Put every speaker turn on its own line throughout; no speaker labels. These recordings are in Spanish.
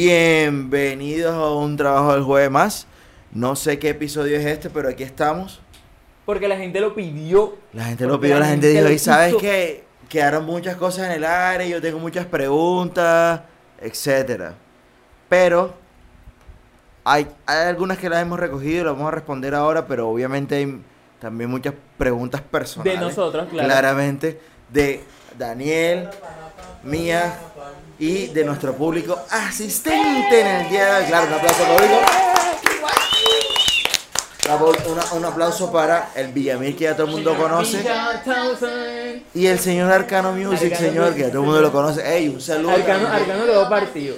Bienvenidos a un trabajo del jueves más. No sé qué episodio es este, pero aquí estamos.
Porque la gente lo pidió.
La gente lo
Porque
pidió,
la
la gente
gente
dijo,
lo
y sabes
hizo".
que quedaron muchas cosas en el aire, yo tengo muchas preguntas, etcétera. Pero hay, hay algunas que las hemos recogido y las vamos a responder ahora, pero obviamente hay también muchas preguntas personales.
De nosotros, claro.
Claramente, de Daniel, mía y de nuestro público asistente en el día de hoy. Claro, un aplauso público. un aplauso para el Villamil que ya todo el mundo conoce. Y el señor Arcano Music,
Arcano
señor, que
Music,
ya todo el mundo lo conoce. Ey, un saludo.
Arcano,
Arcano,
Arcano le dio partido.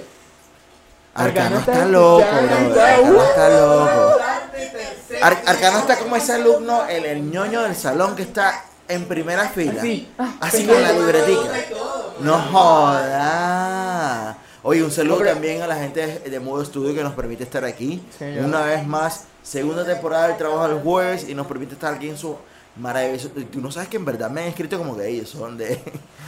Arcano
está
está
loco,
escuchando,
brother. Arcano
uh.
está loco. Ar- Arcano está como ese alumno, el, el ñoño del salón que está en primera fila.
Así.
Así con la libretica. No joda. Oye, un saludo
Hombre.
también a la gente de- de Mudo Studio que nos permite estar aquí.
Señor.
Una vez más, segunda temporada del trabajo del jueves y nos permite estar aquí en su maravilloso. Tú no sabes que en verdad me han escrito como que ellos son de.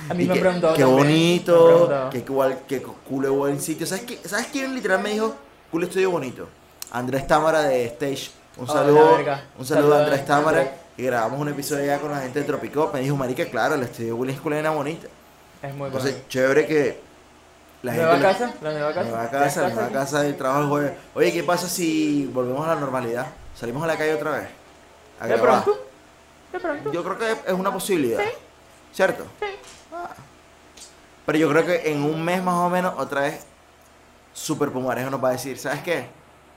A mí
y
me han
que-
preguntado
Qué
también, me han
bonito,
preguntado.
qué cual, qué culo de buen sitio. ¿Sabes, qué, ¿Sabes quién literal me dijo? Culo estudio bonito. Andrés Támara de Stage. Un
Hola,
saludo,
Oh, verga.
un saludo a Andrés
Andrés.
Támara. Y grabamos un episodio ya con la gente de Tropicop. Me dijo, Marica, claro, el estudio Willy es culena bonita.
Es muy bueno.
Entonces, chévere que la gente.
¿Nueva
le-
casa? ¿La nueva casa?
Nueva casa,
¿Ya
nueva casa del trabajo del jueves. Oye, ¿qué pasa si volvemos a la normalidad? ¿Salimos a la calle otra vez? A
¿De
grabar.
pronto? ¿De pronto?
Yo creo que es una posibilidad. ¿Cierto? Ah. Pero yo creo que en un mes más o menos, otra vez, Super Pumarejo nos va a decir, ¿sabes qué?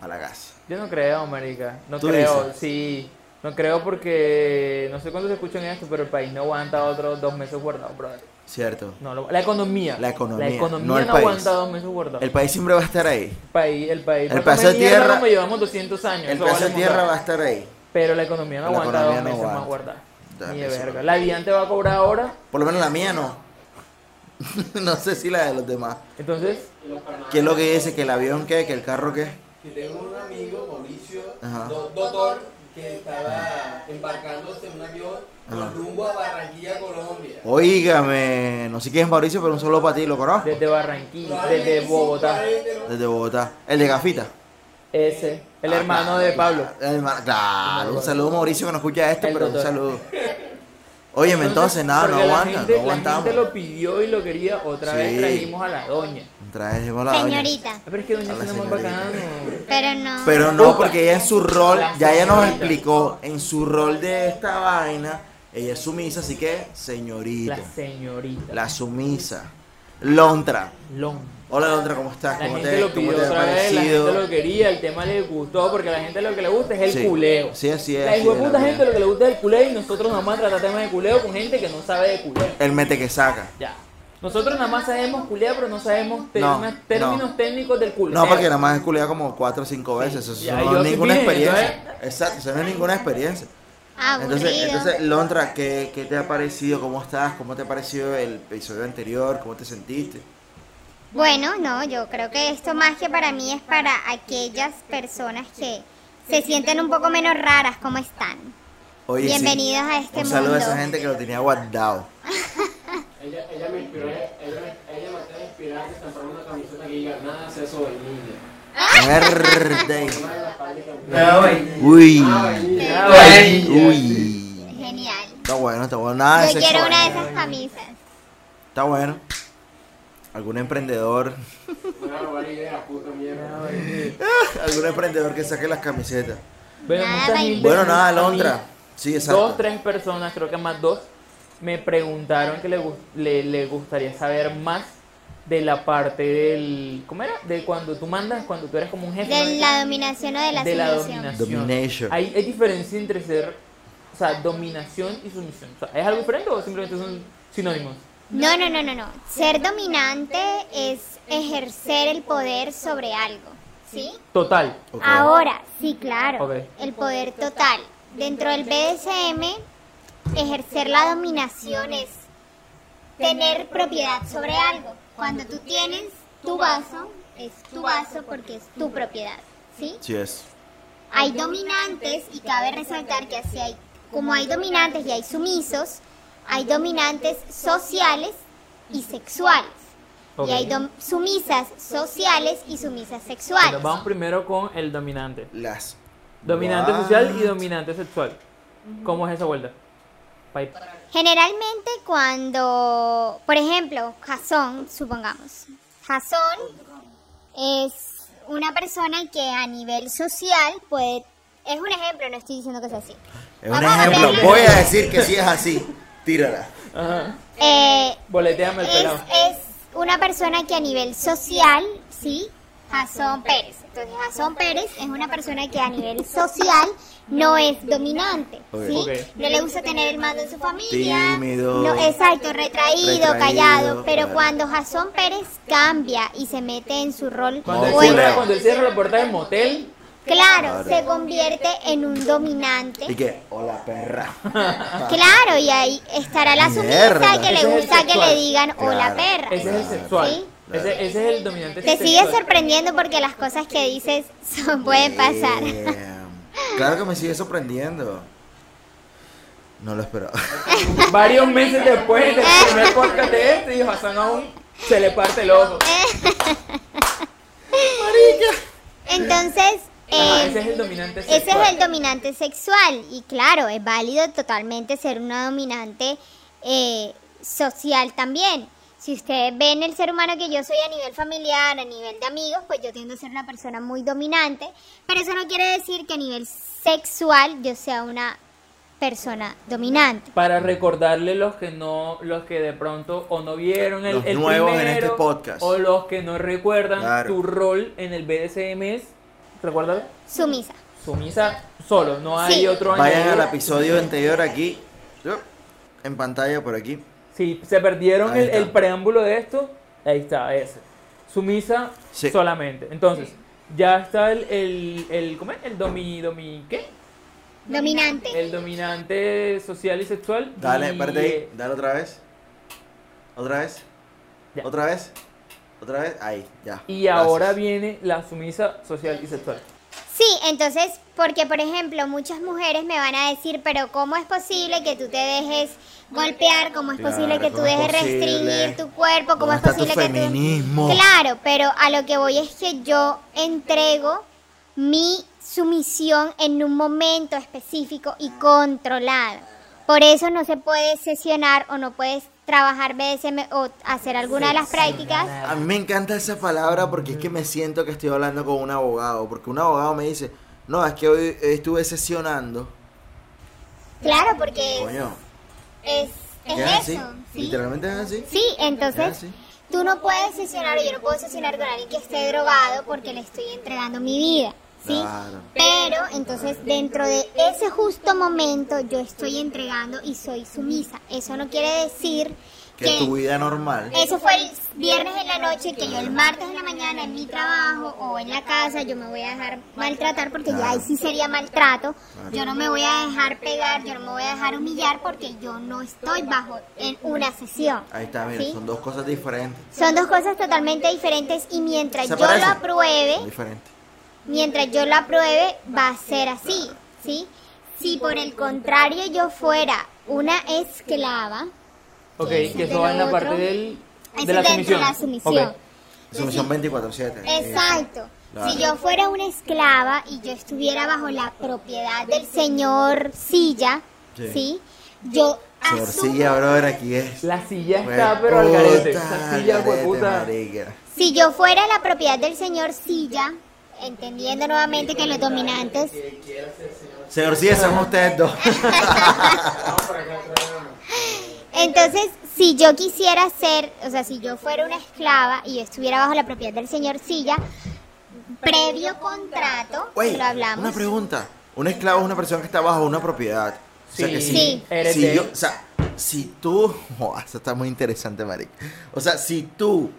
A la casa.
Yo no creo, marica. No
¿Tú
creo,
dices?
sí. No creo porque no sé cuánto se escuchan esto, pero el país no aguanta otros dos meses guardados, brother.
¿Cierto?
No, lo- la economía.
La economía,
La economía
no
no,
el país.
aguanta dos meses guardados.
El país siempre va a estar ahí.
El país, el país.
el
Por
pedazo de
comer mierda
tierra-
nos llevamos 200 años.
El
eso
pedazo de
vale
tierra
montar.
va a estar ahí.
Pero la economía no
La
aguanta
economía
dos
no
meses más
aguanta.
guardada.
Da
Ni de
eso.
verga. La te va a cobrar ahora.
Por lo menos la mía no. no sé si la de los demás.
Entonces,
¿Qué es lo que dice? ¿Que el avión qué? ¿Que el carro qué?
que tengo un amigo, Mauricio,
Ajá.
do- doctor, que estaba embarcándose en un avión con
Ajá.
rumbo a Barranquilla, Colombia.
Oígame, no sé quién es Mauricio, pero un solo para ti, lo conozco.
desde Barranquilla, desde Bogotá,
Desde Bogotá. El de Gafita.
ese, el
Ah,
hermano
claro,
de
claro.
Pablo.
El hermano- Eh, claro, un saludo Mauricio que no escucha esto,
El
pero un
doctor.
saludo. Óyeme, entonces, nada, no
porque la
aguanta,
gente-
no
La gente
aguantamos.
lo pidió y lo quería, otra
Sí.
vez trajimos a la doña.
Trajimos la doña.
Señorita,
Ah, Pero es que doña
A la
es más
señorita.
bacano.
pero no.
Pero no,
Puta.
porque ella en su rol,
La
ya ella nos
señorita.
explicó, en su rol de esta vaina, ella es sumisa, así que señorita.
La señorita.
La sumisa. Lontra.
Lon.
Hola Lontra, ¿cómo estás?
La
¿Cómo
gente
te,
lo
cómo
pidió
te ha
otra vez, la gente
parecido?
lo quería, el tema le gustó, porque a la gente lo que le gusta es el
Sí.
culeo.
Sí, así es.
La
así es,
hijueputa
la
gente
vida.
lo que le gusta es el culeo y nosotros nada más tratamos temas de culeo con gente que no sabe de culeo.
El mete que saca.
Ya. Nosotros nada más sabemos culeo, pero no sabemos te-
No,
unos términos
no.
técnicos del Eh, culeo.
No, porque
Eh,
nada más he culiado como cuatro o cinco veces. Eso
Ya,
no
yo
es
sí
ninguna
vine,
experiencia. Exacto, eso no es ninguna experiencia.
Aburrido.
Entonces, entonces Lontra, ¿qué, ¿qué te ha parecido? ¿Cómo estás? ¿Cómo te ha parecido el episodio anterior? ¿Cómo te sentiste?
Bueno, no, yo creo que esto más que para mí es para aquellas personas que se sienten un poco menos raras como están.
Oye, sí,
Bienvenidos a este
Un saludo a esa
mundo.
gente que lo tenía guardado.
Ella, ella me inspiró, ella, ella, me está inspirando a comprar una camiseta que diga nada, sea vainilla.
Verde.
No, güey.
Uy.
No, güey.
Uy.
Genial.
Está bueno, está bueno. Nada de
Yo
sexo
quiero una de
vaina.
esas camisas.
Está bueno. Algún emprendedor.
Una buena idea, puta mierda.
Algún emprendedor que saque las camisetas.
Bueno,
Nada,
mucha
vainilla.
gente-
Bueno, nada,
a mí,
Lontra. Sí, exacto.
Dos, tres personas, creo que más dos, me preguntaron que le, gus- le, le gustaría saber más de la parte del... ¿Cómo era? De cuando tú mandas, cuando tú eres como un jefe. ¿no?
De la dominación o de la
de la
sumisión.
dominación.
Domination.
Hay, hay diferencia entre ser, o sea, dominación y sumisión. O sea, ¿Es algo diferente o simplemente son sinónimos?
No, no, no, no, no. Ser dominante es ejercer el poder sobre algo. ¿Sí?
Total.
Ok.
Ahora, sí, claro.
Ok.
El poder total. Dentro del BDSM, ejercer la dominación es tener propiedad sobre algo. Cuando tú tienes tu vaso, es tu vaso porque es tu propiedad. ¿sí?
Sí es.
Hay dominantes y cabe resaltar que así hay, como hay dominantes y hay sumisos, hay dominantes sociales y sexuales.
Ok.
Y hay dom- sumisas sociales y sumisas
Entonces,
sexuales.
vamos primero con el dominante.
Las.
Dominante
What?
social y dominante sexual. ¿Cómo es esa vuelta? Pai-
Generalmente cuando, por ejemplo, Jason, supongamos, Jason es una persona que a nivel social puede, es un ejemplo, no estoy diciendo que sea así.
Es un
Vamos a
ejemplo.
ponerle-
Voy a decir que sí es así. Tírala.
Ajá.
Eh,
Boleteame el
es,
pelado.
es una persona que a nivel social, ¿sí? Jason Pérez. Entonces, Jason Pérez es una persona que a nivel social no es dominante, ¿sí?
Ok.
No le gusta tener el mando en su familia.
Tímido.
No, exacto, retraído,
Retraído,
callado. Pero
claro.
cuando Jason Pérez cambia y se mete en su rol,
Cuando él,
Oye.
cierra, cuando él cierra la puerta del motel,
claro,
Claro.
se convierte en un dominante.
Y que, hola perra.
Claro, y ahí estará la
Mierda.
sumisa que
Ese es
le
el
gusta que
sexual.
le digan hola
Claro.
perra.
ese es el
Claro,
sexual.
Sí.
claro.
Ese, ese es el dominante
Te sigue
sexual.
sorprendiendo porque las cosas que dices son- pueden pasar.
Damn. Eh, Claro que me sigue sorprendiendo. No lo esperaba.
Varios meses después del primer podcast de este, y Hassan aún se le parte el ojo.
Entonces,
Ajá,
eh,
Ah, ese es el dominante sexual.
ese es el dominante sexual. Y claro, es válido totalmente ser una dominante eh, social también. Si ustedes ven el ser humano que yo soy a nivel familiar, a nivel de amigos, pues yo tiendo a ser una persona muy dominante. Pero eso no quiere decir que a nivel sexual yo sea una persona dominante.
Para recordarle los que no, los que de pronto o no vieron el,
Los
el
nuevos en
primero,
este podcast.
o los que no recuerdan
Claro.
tu rol en el BDSM es, recuérdalo,
Sumisa.
sumisa solo, no hay
Sí.
otro
Vayan al
añadido.
episodio anterior aquí. En pantalla por aquí.
Si se perdieron
Ahí
el,
está.
el preámbulo de esto, ahí está, ese. Sumisa
Sí.
solamente. Entonces, ya está el, el, el, ¿cómo es? El domi, domi, ¿qué?
Dominante.
El dominante social y sexual.
Dale,
y,
espérate
eh,
ahí. Dale otra vez. Otra vez.
Ya.
Otra vez. Otra vez. Ahí, ya.
Y
Gracias.
ahora viene la sumisa social y sexual.
Sí, entonces, porque por ejemplo, muchas mujeres me van a decir, pero ¿cómo es posible que tú te dejes golpear? ¿Cómo es
Claro,
posible que tú
¿cómo es
dejes
posible?
restringir tu cuerpo? ¿Cómo,
¿Dónde
es
está tu
posible que
feminismo?
tú... Claro, pero a lo que voy es que yo entrego mi sumisión en un momento específico y controlado. Por eso no se puede sesionar o no puedes trabajar BDSM o hacer alguna de las prácticas
A mí me encanta esa palabra porque es que me siento que estoy hablando con un abogado. Porque un abogado me dice, no, es que hoy estuve sesionando.
Claro, porque es,
Coño.
es, es
es así.
eso. ¿sí?
Literalmente es así.
Sí, entonces
Ya, sí.
tú no puedes sesionar, o yo no puedo sesionar con alguien que esté drogado porque le estoy entregando mi vida, ¿sí?
Claro.
Pero entonces dentro de ese justo momento yo estoy entregando y soy sumisa. Eso no quiere decir
Que tu vida normal.
eso fue el viernes en la noche, que yo el martes en la mañana en mi trabajo o en la casa yo me voy a dejar maltratar porque ya ahí sí sería maltrato. Yo no me voy a dejar pegar, yo no me voy a dejar humillar porque yo no estoy bajo en una sesión.
Ahí está, mira,
¿sí?
son dos cosas diferentes.
Son dos cosas totalmente diferentes y mientras
¿Se
yo lo
parecen?
apruebe,
Diferente.
mientras yo lo apruebe, va a ser así, ¿sí? Si por el contrario yo fuera una esclava,
Ok,
Sí,
que eso va en la
pero
parte
otro-
del,
eso
de la
dentro
sumisión.
de la sumisión.
Ok.
Sumisión 24-7.
Exacto.
Claro.
Si yo fuera una esclava y yo estuviera bajo la propiedad del señor Silla,
Sí.
¿sí? Yo
Señor
asumo-
Silla, brother, aquí es.
La silla está, pero al
Puta,
garete. Esa silla,
al garete,
hueputa.
marica.
Si yo fuera la propiedad del señor Silla, entendiendo nuevamente que los dominantes
Señor Silla, son ustedes dos.
Entonces, si yo quisiera ser, o sea, si yo fuera una esclava y yo estuviera bajo la propiedad del señor Silla, previo contrato,
Güey,
lo hablamos.
una pregunta. Un esclavo es una persona que está bajo una propiedad. O sea,
Sí.
que si,
Sí.
Eres
si
de
yo,
él.
o sea, si tú, Joder, eso está muy interesante, marica. O sea, si tú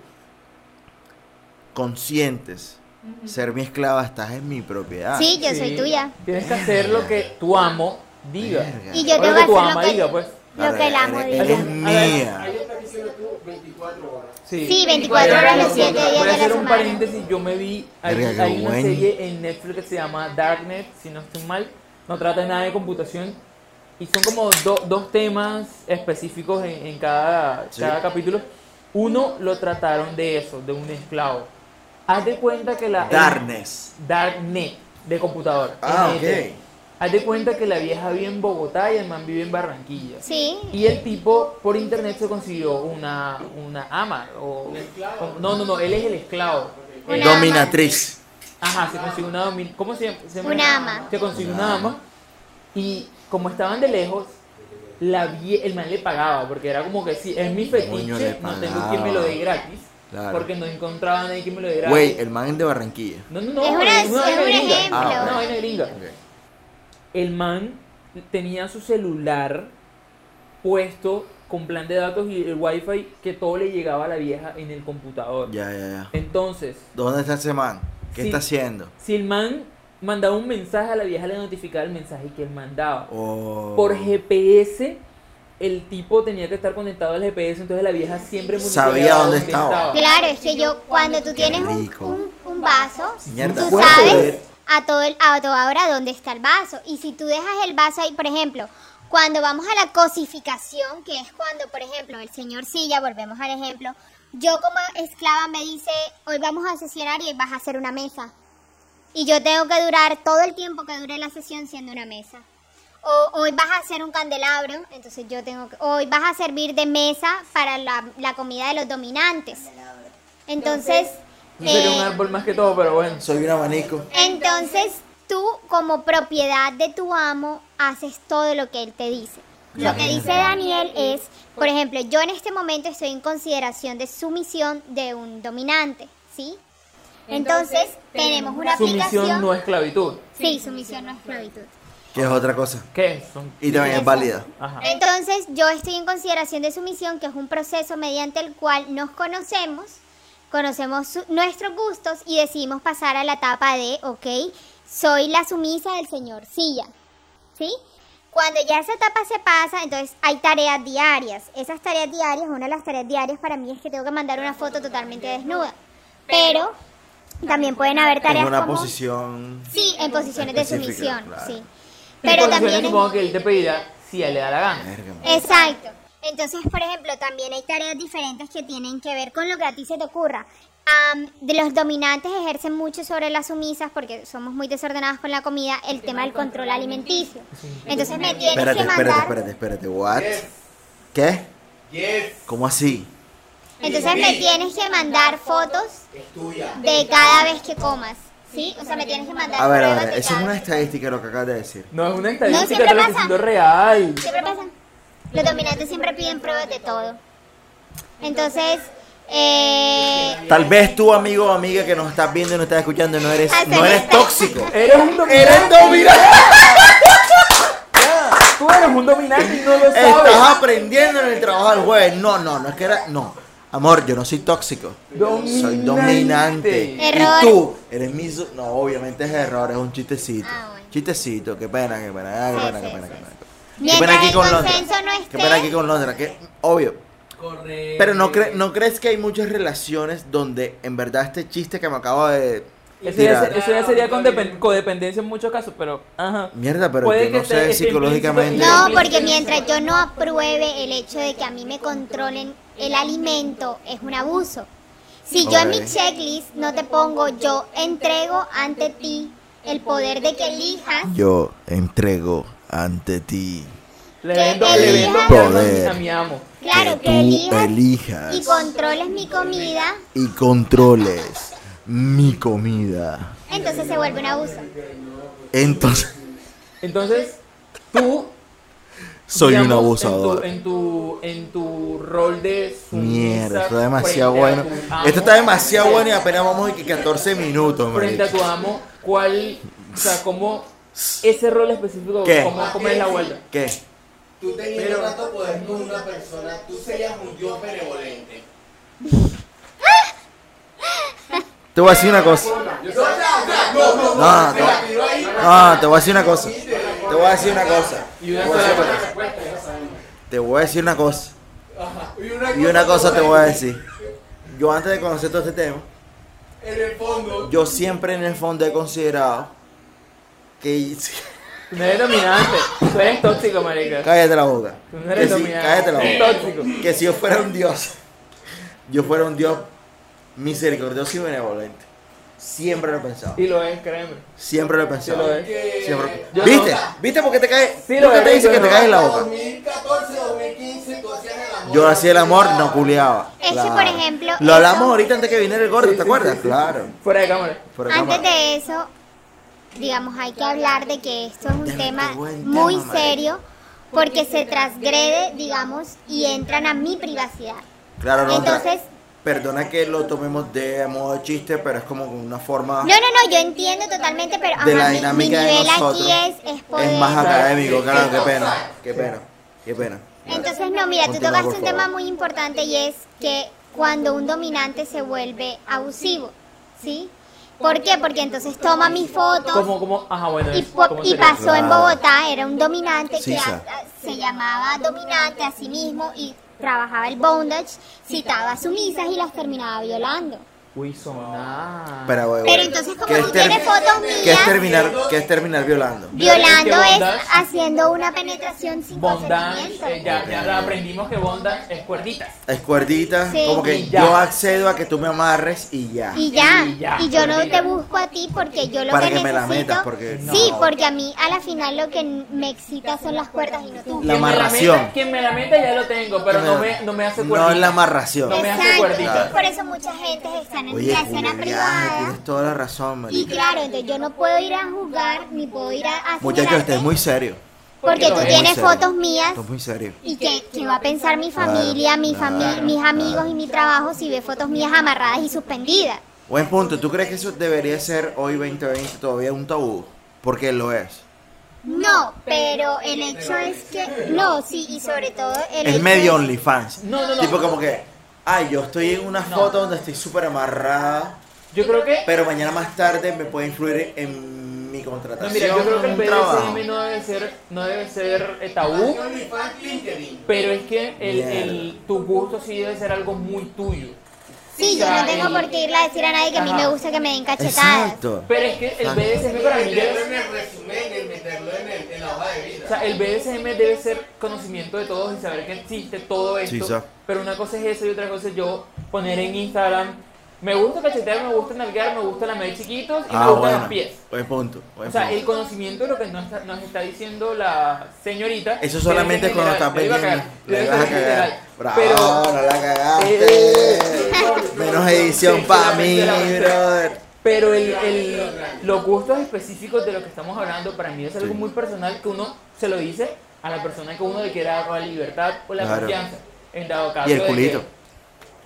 consientes ser mi esclava, estás en mi propiedad.
Sí, yo
Sí.
soy tuya.
Tienes que hacer lo que tu amo diga.
Verga.
Y yo
Ahora
te
que tu
voy a hacer
ama
lo que,
diga, pues.
lo que el amo
Eres, eres
diga.
mía.
Ahí está diciendo tú 24 horas.
Sí, 24 horas los siete días
Voy
de
a
la
hacer un
semana.
paréntesis. Yo me vi. Hay,
Verga, qué
hay una
bueno.
serie en Netflix que se llama Darknet, si no estoy mal. No trata nada de computación. Y son como do- dos temas específicos en, en cada,
Sí.
cada capítulo. Uno lo trataron de eso, de un esclavo. Haz de cuenta que la.
Darnes.
Darknet, de computador.
Ah,
NT.
ok.
Haz de cuenta que la vieja vive en Bogotá y el man vive en Barranquilla.
Sí,
Y el tipo por internet se consiguió una, una ama. O, o- no, no, no, él es el esclavo.
Una ama.
Dominatriz.
Ajá, se consiguió una domin- ¿Cómo se llama? Se llama-
Una ama.
Se consiguió
Una
una
ama.
ama. Y como estaban de lejos, la vie- el man le pagaba. Porque era como que si es mi
Coño, le
fetiche, no tengo quien me lo dé
pagaba.
gratis.
Claro.
Porque no encontraba a nadie quien me lo dé gratis.
Güey, el man de Barranquilla.
No, no, no,
Es una- es
vaina
un
gringa.
ejemplo.
Ah, ok.
Una vaina gringa.
Ok.
El man tenía su celular puesto con plan de datos y el wifi que todo le llegaba a la vieja en el computador.
Ya, ya, ya.
Entonces,
¿Dónde está ese man? ¿Qué
Sí.
está haciendo?
si el man mandaba un mensaje a la vieja, le notificaba el mensaje que él mandaba.
Oh.
Por GPS, el tipo tenía que estar conectado al GPS, entonces la vieja siempre monitoreaba
Sabía dónde estaba.
claro, es que yo cuando tú tienes un,
rico.
un, un vaso,
Mierda.
tú
Bueno,
sabes
eh.
a, todo el, a toda hora dónde está el vaso. Y si tú dejas el vaso ahí, por ejemplo, cuando vamos a la cosificación, que es cuando, por ejemplo, el señor Silla, volvemos al ejemplo, yo como esclava me dice, hoy vamos a sesionar y hoy vas a hacer una mesa. Y yo tengo que durar todo el tiempo que dure la sesión siendo una mesa. O hoy vas a hacer un candelabro, entonces yo tengo que... Hoy vas a servir de mesa para la, la comida de los dominantes. Entonces...
Eso sería
eh,
un árbol más que todo, pero bueno.
Soy un abanico.
entonces, tú como propiedad de tu amo haces todo lo que él te dice. Lo que dice Daniel es, por ejemplo, yo en este momento estoy en consideración de sumisión de un dominante, ¿sí? Entonces, tenemos una
Sumisión
aplicación...
no esclavitud.
Sí, sumisión no es esclavitud.
Que es otra cosa.
¿Qué? Son...
Y también es válida.
Ajá.
Entonces, yo estoy en consideración de sumisión, que es un proceso mediante el cual nos conocemos, conocemos su- nuestros gustos y decidimos pasar a la etapa de, ok, soy la sumisa del señor Silla. ¿Sí? Cuando ya esa etapa se pasa, entonces hay tareas diarias. Esas tareas diarias, una de las tareas diarias para mí es que tengo que mandar una foto totalmente desnuda. Pero también pueden haber
En
tareas
una
como...
posición.
Sí, en posiciones de
específica,
sumisión,
claro.
sí.
Y
Pero
condiciones
también... es-
supongo que él te pedirá si a él le da la gana.
Verga, man.
Exacto. Entonces, por ejemplo, también hay tareas diferentes que tienen que ver con lo que a ti se te ocurra. Am, de los dominantes ejercen mucho sobre las sumisas porque somos muy desordenadas con la comida, el tema del control alimenticio. Entonces me tienes
Espérate, espérate,
que mandar,
espérate, espérate. What? ¿Qué?
Yes,
¿Cómo así?
entonces me tienes que mandar fotos
es tuya.
de cada vez que comas, ¿sí? O sea, me tienes que mandar
A ver, a
pruebas
ver. Eso
de
es
cada
una
vez.
estadística lo que acabas de decir.
No es una
No,
estadística,
siempre
no, lo que
pasa.
estoy diciendo es real.
Siempre pasa. Los dominantes siempre piden pruebas de todo. Entonces, eh,
Tal vez tú, amigo o amiga que nos estás viendo y nos estás escuchando, no eres, no eres tóxico.
Eres un dominante.
¡Eres dominante!
Tú eres un dominante y no lo sabes.
Estás aprendiendo en el trabajo del jueves. No, no, no es que era. No. Amor, yo no soy tóxico.
Dominante.
Soy dominante.
Error.
Y tú eres mi. su- No, obviamente es error, es un chistecito.
Ah, bueno.
Chistecito, qué pena, qué pena, ah, qué
Sí,
pena,
sí,
qué pena,
sí,
qué pena. Qué pena
mientras
aquí
el
con Londra.
consenso no
Qué pena
esté...
aquí con Londra, que obvio.
Correcto.
Pero no, cre- no crees que hay muchas relaciones donde en verdad este chiste que me acabo de.
Eso ya,
tirar-
se- eso ya sería con depen- codependencia en muchos casos, pero. Ajá.
Mierda, pero
Puede
yo
que este
no sé
esté- esté
psicológicamente.
implícito.
No, porque mientras yo no apruebe el hecho de que a mí me controlen el alimento, es un abuso. Si yo en mi
Ok.
checklist no te pongo, yo entrego ante ti el poder de que elijas,
Yo entrego ante ti.
Le
Que
vendo, le vendo mi alma a mi-
Poder.
a mi amo.
claro, que
tú
elijas y
elijas
controles mi comida,
y controles mi comida.
entonces se vuelve un abuso.
Entonces,
Entonces, tú.
soy un
digamos,
abusador.
En tu, en tu, en tu rol de. sumisa
Mierda, esto está demasiado
frente a
bueno.
tu amo,
Esto está demasiado bueno y apenas vamos a que 14 minutos,
Frente a
marico.
tu amo, ¿cuál. O sea, cómo. Ese rol específico,
¿Qué?
¿cómo, cómo es la vuelta?
¿Qué?
Tú teniendo tanto poder con una persona, tú serías un dios benevolente.
Te voy a decir una cosa. No, no, te, no, te voy a decir una cosa. Te voy a decir una cosa.
Y una sola cosa.
Te voy a decir una cosa. Y una cosa te voy a decir. yo antes de conocer todo este tema,
En el fondo.
yo siempre en el fondo he considerado que...
Tú no eres dominante. Tú eres tóxico, marica.
cállate la boca.
Tú no
Que
eres
si-
dominante.
cállate la boca.
Tóxico.
Que si yo fuera un dios, yo fuera un dios misericordioso y benevolente. Siempre lo he pensado.
Y lo es, créeme.
Siempre lo he
Sí
pensado.
lo es.
Siempre.
Yo
¿Viste?
no.
¿Viste por qué te cae?
Sí lo
¿Por qué te
es,
dice
yo
que te
no.
caes en la boca?
2014, 2015, tú hacías el amor.
Yo hacía el amor, no culeaba.
Es que,
Claro.
por ejemplo,
Lo hablamos
eso-
ahorita antes que viniera el gordo,
Sí,
¿te
sí,
acuerdas?
sí, sí.
Claro.
Fuera de cámara.
Fuera de
Antes
cámara.
de eso, digamos, hay que hablar de que esto es un
Déjame,
tema
qué buen tema,
muy
marica.
serio porque se transgrede, digamos, y entran a mi privacidad.
Claro, no. otra.
Entonces-
Perdona que lo tomemos de modo chiste, pero es como una forma.
No, no, no, yo entiendo totalmente, pero
Ah. de
ajá,
la
mi-
dinámica
mi
de
nivel
nosotros.
aquí es, es poder...
más académico, claro, qué pena, qué
Sí.
pena, qué pena.
Entonces, no, mira, tú
Continúa,
tocaste
por
un
favor.
tema muy importante y es que cuando un dominante se vuelve abusivo, ¿sí? ¿Por qué? Porque entonces toma mis fotos
Como, como, ajá, bueno.
y,
es-
po-
¿cómo
y
sería?
pasó en
Claro.
Bogotá, era un dominante que
Sisa.
a- a- se llamaba dominante a sí mismo y trabajaba el bondage, citaba sumisas y las terminaba violando.
Uy, soná.
Pero, güey,
Pero
güey,
entonces como
¿qué
tú
es ter-
tienes fotos
¿Qué es
mías,
terminar, qué es terminar violando?
violando
Es que
es
bondage-
haciendo una penetración sin
Bondage, eh,
consentimiento.
ya, ya aprendimos que bondage es cuerditas.
Escuerdita,
Sí.
como que
Y ya.
yo accedo a que tú me amarres y ya.
Y ya,
Y ya,
y yo no
porque
te
ya.
busco a ti porque yo lo
Para
que
que me la
necesito...
metas, porque-
Sí,
No.
porque a mí a la final lo que me excita son las cuerdas y no tú.
La
Quien me
amarración.
meta- Quien me la meta ya lo tengo, pero
Que
no
me-
me, no me hace cuerdita.
No es la amarración.
No me hace
Exacto,
cuerdita.
entonces por eso mucha gente está en
Oye,
relaciones
culiaje,
privadas.
tienes toda la razón,
Y
marica.
claro, entonces yo no puedo ir a jugar ni puedo ir a a
Muchachos,
señalarte,
este es muy serio.
porque tú
muy
tienes
serio.
fotos mías
Esto es muy serio.
y que, que va a pensar mi
Claro,
familia, mi
claro,
familia, mis
claro.
amigos y mi trabajo si ve fotos mías amarradas y suspendidas.
Buen punto. ¿Tú crees que eso debería ser hoy 2020 todavía un tabú? Porque lo es.
No, pero el hecho es que no, sí, y sobre todo el
Es
hecho
medio
es-
OnlyFans.
No, no, no.
Tipo como que, ay, yo estoy en una foto donde estoy súper amarrada,
Yo creo que
pero mañana más tarde me puede influir en mi contratación.
No, mira, yo creo que el
en un trabajo.
BDSM no debe ser, no debe ser eh, tabú,
OnlyFans LinkedIn.
pero es que el,
Mierda.
el- tu gusto sí debe ser algo muy tuyo.
Sí, yo no tengo por qué irle a decir a nadie que a mí
Ajá.
me gusta que me den cachetadas.
Exacto.
Pero es que el BDSM para mí
Meterlo
debe,
en el resumen, en meterlo en, el, en la hoja de
o
vida.
sea, el BDSM debe ser conocimiento de todos y saber que existe todo esto.
Sí, sa.
Pero una cosa es eso y otra cosa es yo poner en Instagram, me gusta cachetear, me gusta nalgar, me gusta lamer chiquitos y me
Ah,
gustan
bueno.
los pies.
Buen punto. buen
O sea,
punto.
el conocimiento de lo que nos está, nos está diciendo la señorita.
Eso solamente
debe ser
cuando
general.
estás vendiendo.
La
Le
iba a
vas a
cagar, debe ser
cagar.
general.
Bravo,
Pero-
no la cagaste.
Eh,
Menos edición para mí,
Sinceramente,
brother.
Pero el, el- los gustos específicos de lo que estamos hablando, para mí es
Sí.
algo muy personal que uno se lo dice a la persona que uno le quiere dar la libertad o la
Claro.
confianza. En dado caso.
Y el
de que-
culito.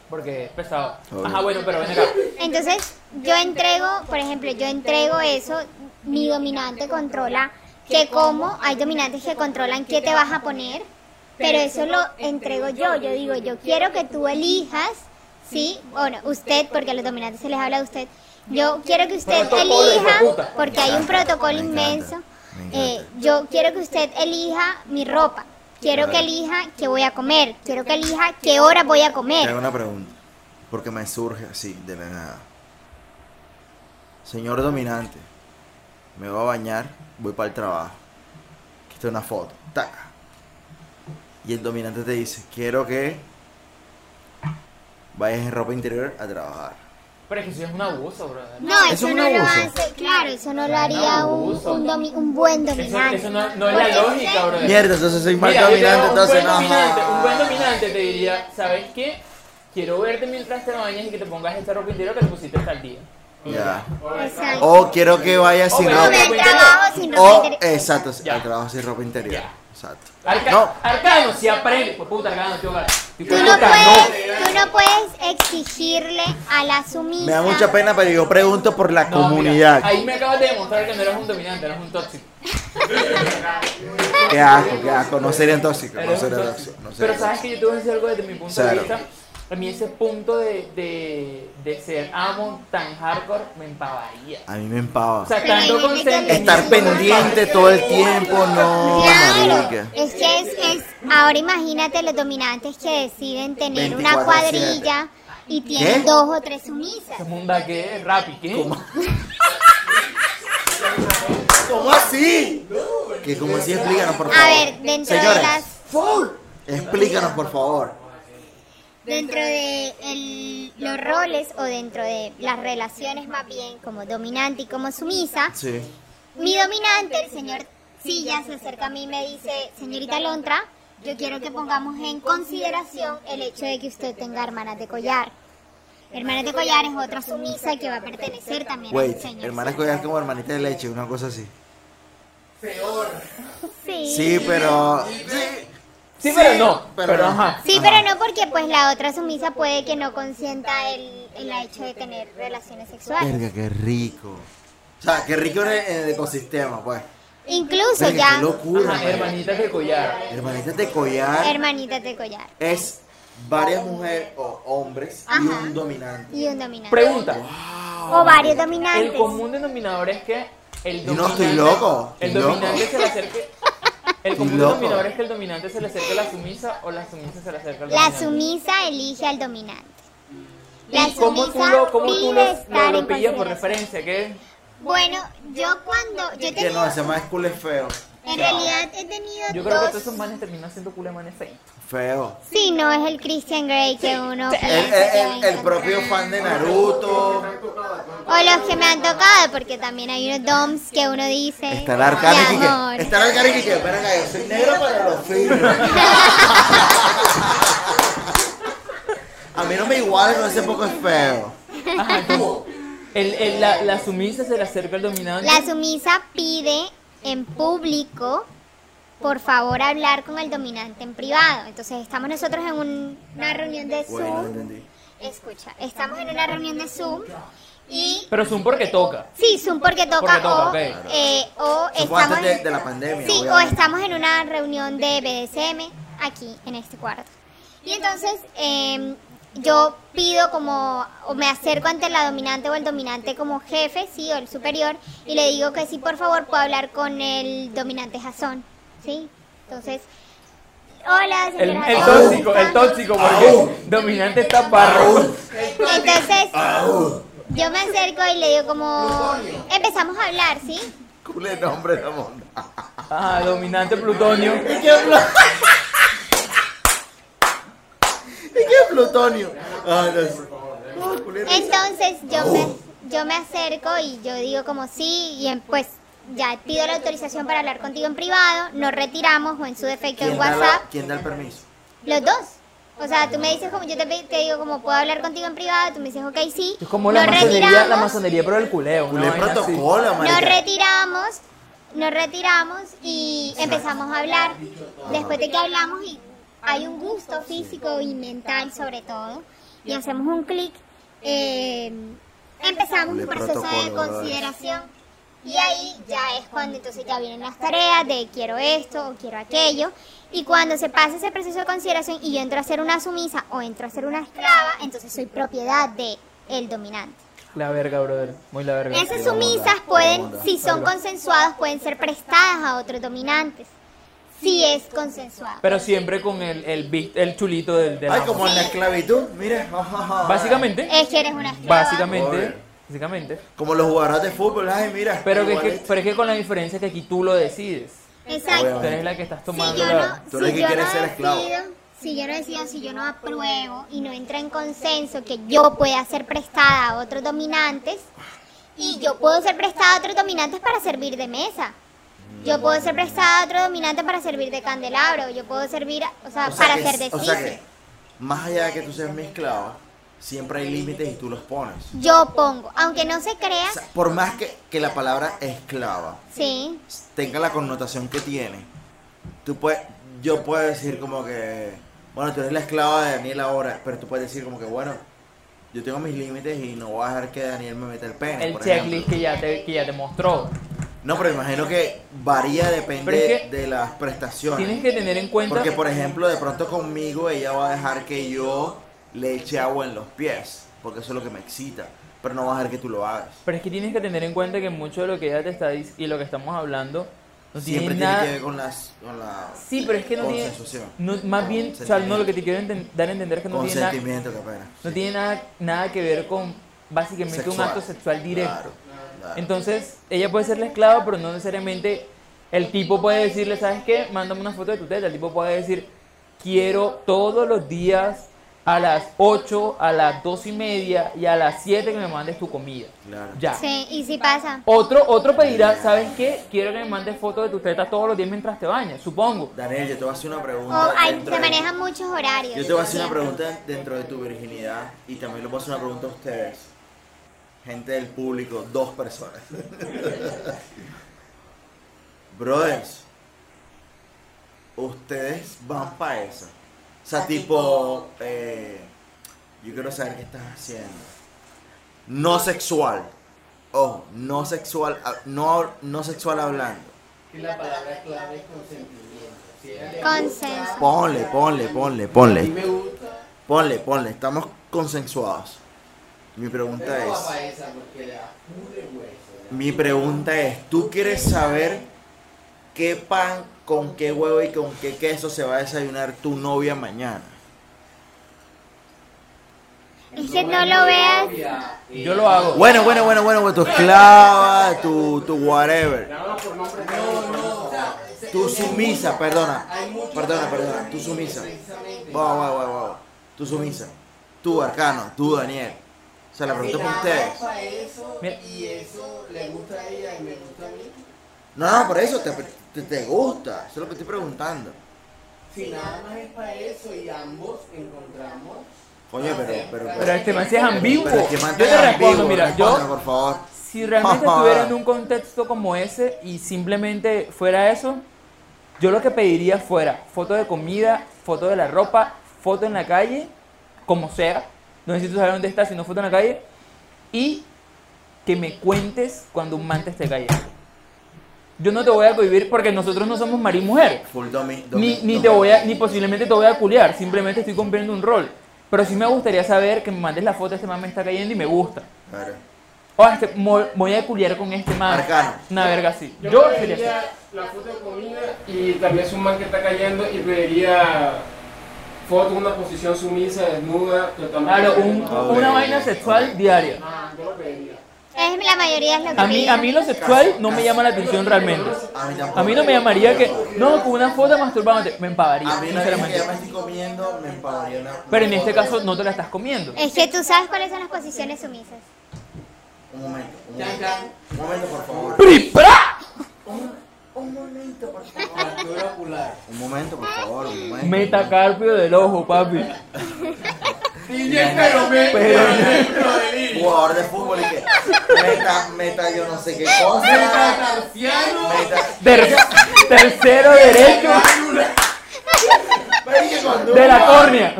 porque es pesado.
Obvio.
Ajá, bueno, pero ven acá.
Entonces, yo entrego, por ejemplo, yo entrego eso, mi dominante controla que como, hay dominantes que controlan qué te vas a poner, pero eso lo entrego yo, yo digo, yo quiero que tú elijas, ¿sí? Bueno, usted, porque a los dominantes se les habla de usted, yo quiero que usted
Protocolo, hijo de puta.
elija, porque hay un protocolo
Me encanta,
inmenso,
me encanta.
eh, yo quiero que usted elija mi ropa, quiero que
Claro.
elija qué voy a comer, quiero que elija qué hora voy a
Te
comer.
hago una pregunta. Porque me surge así, de la nada. Señor dominante, me voy a bañar, voy para el trabajo. Aquí está una foto. Taca. Y el dominante te dice, quiero que vayas en ropa interior a trabajar.
Pero es que eso es un abuso, brother.
No,
Ah, Eso
eso
es un
no lo
abuso.
hace, claro, eso no lo haría un,
abuso.
un, domi- un buen
Eso,
dominante.
eso no, no es la
Porque
lógica, brother.
Mierda, entonces soy mal
Mira, yo te
dominante,
hago un
entonces
buen
no.
dominante, un buen dominante te diría, ¿sabes qué? Quiero verte mientras te bañas y que te pongas esta ropa interior que te pusiste hasta el día.
Ya.
Exacto.
O quiero que vayas
O
sin
me-
ropa.
O
ropa
del
interior.
trabajo sin ropa
O,
interior.
exacto,
Ya.
al trabajo sin ropa interior. Exacto.
Arca-
No.
Arcano, si aprende. Pues puta, Arcano, tío, cara. Si
Tú
fue
no,
puta,
puedes, tú no puedes exigirle a la sumisa.
Me da mucha pena, pero yo pregunto por la
no. No,
comunidad.
mira, ahí me acabas de demostrar que no eres un dominante, eres un tóxico.
Qué asco, qué asco. No serían tóxicos, no
Eres un
serían
tóxico.
tóxicos. No
Pero
serían
sabes
tóxicos.
que yo te voy a decir algo desde mi punto de
Claro.
vista. A mí ese punto de, de, de ser amo tan hardcore me empavaría.
A mí me empava.
O sea,
Pero ahí
tanto
me meto en
consentimiento.
el-
Estar pendiente todo el tiempo, no,
Claro,
marica.
es que es, es- ahora imagínate los dominantes que deciden tener una
24/7.
cuadrilla y tienen dos o tres sumisas.
¿Qué munda que es? ¿Rapi qué?
¿Cómo así? Que como así, explícanos, por favor.
A ver, dentro de
Señores.
las
Explícanos, por favor.
dentro de el- los roles o dentro de las relaciones más bien como dominante y como sumisa,
Sí.
mi dominante, el señor Silla, se acerca a mí y me dice, señorita Lontra, yo quiero que pongamos en consideración el hecho de que usted tenga hermanas de collar. Hermanas de collar es otra sumisa que va a pertenecer también al
Wait,
señor.
hermana
Silla.
collar como hermanita de leche, una cosa así.
Sí.
Sí, pero. Sí.
Sí, pero no.
pero no.
Pero, ajá.
Sí, pero no porque pues la otra sumisa puede que no consienta el, el hecho de tener relaciones sexuales.
Verga, qué rico. O sea, qué rico en el, en el ecosistema, pues.
Incluso
Verga,
ya
qué locura.
Ajá,
man.
hermanita de collar.
Hermanitas de collar
hermanitas de collar
es varias mujeres o hombres y
Ajá.
un dominante.
y un dominante.
Pregunta.
O varios dominantes.
El común denominador es que el
No,
dominante.
estoy loco,
El
estoy
dominante
loco.
se le acerque. El
Estoy
común
loco.
denominador es que el dominante se le acerque a la sumisa o la sumisa se le acerca al
La
dominante.
sumisa elige al dominante.
¿Y
La
cómo tú
sumisa
lo, cómo tú
pide
lo,
estar
lo- lo
en
pillas por
consideración.
referencia? ¿Qué?
Bueno, yo cuando yo he
Que no,
tenido,
ese más cool es feo.
en realidad he tenido
Yo creo que todos
dos.
esos manes terminan siendo culemanes feitos.
Feo.
Sí, no es el Christian Grey que uno
El, el-
piensa que va a
el- el propio
encontrar.
fan de Naruto.
O los que me han tocado, porque también hay unos doms que uno dice.
Está el arcánico
"Mi amor".
que. Está el arcánico que. Espera, acá, yo soy negro para los finos. A mí no me iguala con ese poco es feo.
Ajá, tú. Ah, El, el- la, la sumisa se le acerca al dominante.
La sumisa pide en público, por favor, hablar con el dominante en privado. Entonces, estamos nosotros en un- una reunión de
Bueno,
Zoom.
entendí.
Escucha, estamos en una reunión de Zoom y...
Pero Zoom porque toca.
Sí, Zoom porque toca
Porque toca,
o,
ok.
eh, o
Eso fue
estamos...
antes de, de la pandemia.
Sí, o
obviamente.
estamos en una reunión de BDSM aquí en este cuarto. Y entonces eh, yo pido como, o me acerco ante la dominante o el dominante como jefe, sí, o el superior, y le digo que sí, por favor, puedo hablar con el dominante Jason, ¿sí? Entonces, hola,
El,
señor
el
Jason,
tóxico, el
¿están?
tóxico, porque dominante está parro.
Entonces, yo me acerco y le digo como, empezamos a hablar, ¿sí?
Cool el nombre de la monda.
Ajá, Ah, dominante plutonio.
¿Y qué pl- ¿Y qué plutonio? Ah, no sé. Ah, cool el-
Entonces yo me, yo me acerco y yo digo como sí y en- pues ya pido la autorización para hablar contigo en privado, nos retiramos o en su defecto en
¿Quién da la-
WhatsApp,
¿Quién da el permiso?
los dos. O sea, tú me dices como yo te, pe- te digo como puedo hablar contigo en privado, tú me dices ok sí,
Es como la
nos
masonería, la
retiramos,
masonería pero el culeo. una
Cool el
vaina así.
protocolo,
nos
marica.
retiramos, nos retiramos y empezamos a hablar. Después de que hablamos y hay un gusto físico y mental sobre todo y hacemos un clic, eh, empezamos
Le
un proceso de
protocolo, ¿verdad?
consideración y ahí ya es cuando entonces ya vienen las tareas de quiero esto o quiero aquello y cuando se pasa ese proceso de consideración y yo entro a ser una sumisa o entro a ser una esclava, entonces soy propiedad de el dominante.
La verga, brother. Muy la verga.
Esas sumisas pueden, si son consensuadas, pueden ser prestadas a otros dominantes. Si es consensuado.
Pero siempre con el, el, vi- el chulito del, del
Ay,
amo.
como en la esclavitud, mira.
Básicamente.
Es que eres una esclava.
Básicamente.
Joder.
Básicamente.
Como los jugadores de fútbol, ay, mira.
Pero que, es que,
igualito.
pero es que con la diferencia que aquí tú lo decides.
Exacto.
Tú eres la que estás
Si
tomando
yo
la...
no,
Tú eres
si
que
yo
quieres
no
ser esclavo.
decido, si yo no decido, si yo no apruebo y no entra en consenso que yo pueda ser prestada a otros dominantes, y yo puedo ser prestada a otros dominantes para servir de mesa. Yo puedo ser prestada a otro dominante para servir de candelabro, yo puedo servir, o sea,
O sea
para
que-
ser de
O sea
cisne.
que, más allá de que tú seas mi esclava, siempre hay límites y tú los pones.
Yo pongo, aunque no se crea,
O sea, por más que, que la palabra esclava
sí,
tenga la connotación que tiene, tú puedes, yo puedo decir como que, bueno, tú eres la esclava de Daniel ahora, pero tú puedes decir como que, bueno, yo tengo mis límites y no voy a dejar que Daniel me meta el pene.
El
por
checklist
ejemplo.
que ya, te, que ya te mostró.
No, pero imagino que varía,
Pero
depende
es que
de las prestaciones.
Tienes que tener en cuenta...
Porque, por ejemplo, de pronto conmigo ella va a dejar que yo le eche agua en los pies, porque eso es lo que me excita, pero no va a dejar que tú lo hagas.
Pero es que tienes que tener en cuenta que mucho de lo que ella te está diciendo y lo que estamos hablando No tiene
Siempre tiene
nada-
que ver con las. Con la
Sí, pero es que no tiene.
Consensuación.
no, más bien, o sea, no, lo que te quiero enten- dar a entender es que no tiene nada,
consentimiento, capaz. era.
no tiene nada, nada que ver con básicamente un
Sexual.
acto sexual directo.
Claro, claro.
Entonces, ella puede ser la esclava, pero no necesariamente el tipo puede decirle, ¿sabes qué? Mándame una foto de tu teta. El tipo puede decir, quiero todos los días a las 8, a las 2 y media y a las 7 que me mandes tu comida.
Claro.
Ya.
Sí, y si pasa.
Otro, otro pedirá, ¿sabes qué? Quiero que me mandes fotos de tu teta todos los días mientras te bañas, supongo.
Daniel, yo te voy a hacer una
O
pregunta.
hay,
dentro
Oh, se
de-
manejan muchos horarios.
Yo te voy a hacer una
siempre.
pregunta dentro de tu virginidad y también le voy a hacer una pregunta a ustedes. Gente del público, dos personas. Brothers, ustedes van para eso. O sea, tipo, eh, yo quiero saber qué estás haciendo. No sexual. Ojo, no sexual, ah, no, no sexual hablando.
Y la palabra clave es consentimiento. Si ella le
Consenso.
Ponle, ponle, ponle,
a ti
ponle.
me gusta,
Ponle, ponle, estamos consensuados. Mi pregunta
pero no va
es,
para esa porque le apure hueso. le
mi pregunta es, ¿tú quieres saber qué pan, con qué huevo y con qué queso se va a desayunar tu novia mañana?
Es que no lo veas.
apura, eh,
Yo lo hago.
Bueno, bueno, bueno, bueno, bueno, tu esclava, tu, tu whatever,
nada más por nombre, no, no,
tu sumisa, perdona, perdona, perdona, tu sumisa. Wow, wow, wow, wow, tu sumisa, tu arcano, tu Daniel. O sea, la pregunta es para ustedes.
para eso
Mira.
y eso le gusta a ella y me gusta a mí.
No, no, por eso te, te, te gusta, eso es lo que estoy preguntando.
Si nada más es para eso y ambos encontramos. Ah,
Coño, pero, pero,
Pero este man sí es ambiguo.
Pero es que
yo
man,
te
tan
respondo,
ambiguo,
mira, yo...
responda, por favor.
Si realmente
Ajá.
estuviera en un contexto como ese y simplemente fuera eso, yo lo que pediría fuera foto de comida, foto de la ropa, foto en la calle, como sea. No necesito saber dónde estás, sino foto en la calle. Y que me cuentes cuando un man te esté cayendo. Yo no te voy a prohibir porque nosotros no somos marido y mujer.
Full domi, domi-
Ni, ni
domi-
te voy a, ni posiblemente te voy a culiar, simplemente estoy cumpliendo un rol. Pero sí me gustaría saber que me mandes la foto de este man me está cayendo y me gusta.
Claro.
O este, mo- voy a culiar con este man.
Arcano.
Una verga así. Yo sería así.
pediría la foto de comida y también es un man que está cayendo y pediría foto en una posición sumisa, desnuda, totalmente.
Claro, un-
Ah,
una
ok.
vaina sexual diaria.
Ah, yo lo pediría.
Es, la mayoría es lo que
A mí,
piden.
a mí lo sexual no me llama la atención realmente.
A mí tampoco.
A mí no me llamaría que. No, con una foto masturbándote. Me empavaría,
A mí no que
sinceramente.
ya me estoy comiendo, me empadaría una.
Pero en este caso no te la estás comiendo.
Es que tú sabes cuáles son las posiciones sumisas.
Un momento, un momento. Un momento, por favor.
¡Pripra!
Factura ocular.
Un momento, por favor, un momento.
Metacarpio del ojo, papi.
pero me.
Jugador de fútbol y que. Meta, meta, yo no sé qué cosa. Meta.
Ter- tercero derecho
María cuando.
de la córnea.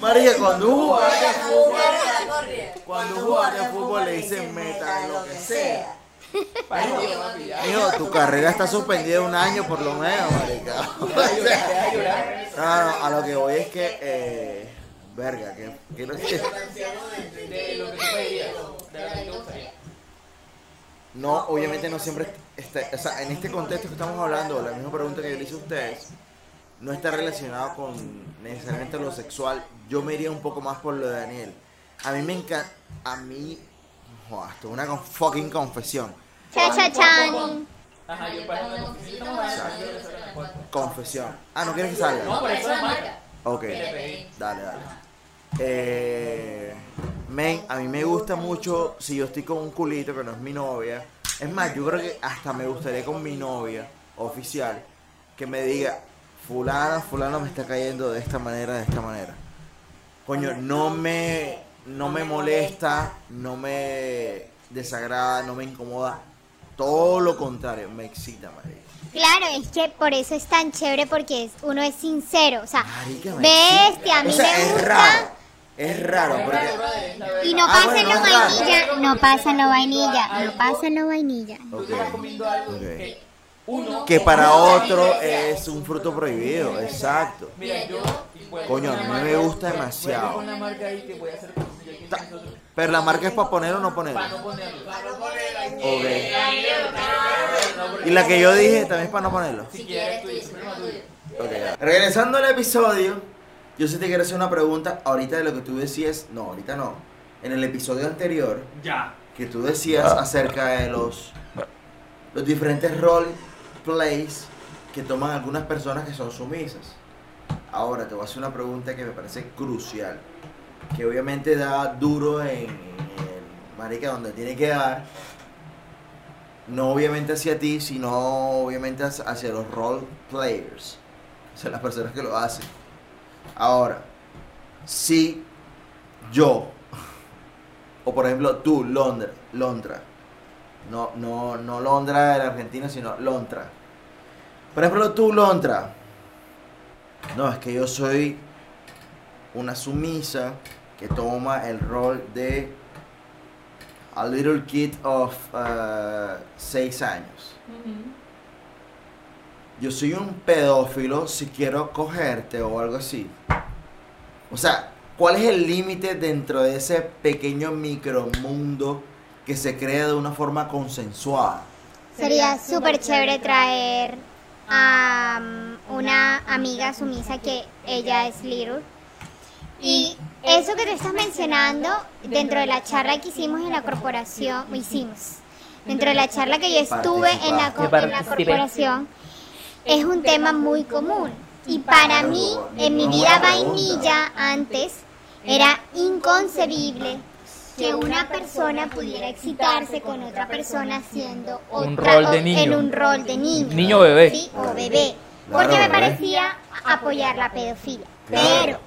María cuando un jugador de fútbol.
Cuando
Cuando un
un
jugador
jugador de fútbol le dicen meta lo que sea.
Hijo, tu carrera está suspendida un año por lo menos, marica. O sea, no, no, a lo que voy es que, eh, verga, que, que no sé. No, obviamente no siempre, está- o sea, en este contexto que estamos hablando, la misma pregunta que yo le hice a ustedes, no está relacionado con necesariamente lo sexual. Yo me iría un poco más por lo de Daniel. A mí me encanta, a mí, joder, esto es una con- fucking confesión.
Cha cha chan.
Ajá, yo para
Confesión. Ah, ¿no quieres que salga?
por eso es marca.
Ok, dale, dale. Eh, men, a mí me gusta mucho si yo estoy con un culito que no es mi novia. Es más, yo creo que hasta me gustaría con mi novia oficial que me diga, fulana, fulano me está cayendo de esta manera, de esta manera. Coño, no me, no me molesta, no me desagrada, no me incomoda. Todo lo contrario, me excita, marica.
Claro, es que por eso es tan chévere porque es- uno es sincero. O sea,
Marica, me excita.
bestia, a mí
O sea,
me
es
gusta.
raro. Es raro, porque...
Y no
Ah,
pasa
bueno,
lo
no es raro.
vainilla, no pasa lo vainilla, no pasa lo vainilla.
Ok. Ok.
Uno.
Que para otro es un fruto prohibido, exacto.
Mira, yo. y pues,
Coño, a
una
mí
marca-
me gusta
voy a- voy a
demasiado.
con la marca ahí que voy a hacer
Ta- Pero la marca es para poner o no poner.
Para no ponerlo.
Ok. Y la que yo dije también es para no ponerlo.
Si quieres, tú dices primero tú.
Ok, ya. Regresando al episodio, yo sí te quiero hacer una pregunta ahorita de lo que tú decías. No, ahorita no. En el episodio anterior,
Ya.
que tú decías acerca de los, los diferentes role plays que toman algunas personas que son sumisas. Ahora te voy a hacer una pregunta que me parece crucial, que obviamente da duro en, en el marica donde tiene que dar. No obviamente hacia ti, sino obviamente hacia- hacia los role players, hacia las personas que lo hacen. Ahora, si yo o por ejemplo, tú, Londra. Londra. No, no, no Londra de la Argentina, sino Londra. Por ejemplo, tú, Londra. No, es que yo soy una sumisa que toma el rol de a little kid of 6 años. Yo soy un pedófilo si quiero cogerte o algo así. O sea, ¿cuál es el límite dentro de ese pequeño micromundo que se crea de una forma consensuada?
Sería súper chévere traer a um, una amiga sumisa que ella es Little. Y eso que tú estás mencionando, dentro de la charla que hicimos en la corporación, o hicimos, dentro de la charla que yo estuve en la, co-
Participaste.
en la corporación, es un tema muy común. Y para mí, en mi vida vainilla antes, era inconcebible que una persona pudiera excitarse con otra persona haciendo
Un
otra-
rol de
o-
niño.
en un rol de niño.
Niño bebé.
Sí, o bebé.
Claro,
Porque me
bebé.
parecía apoyar la pedofilia.
Claro.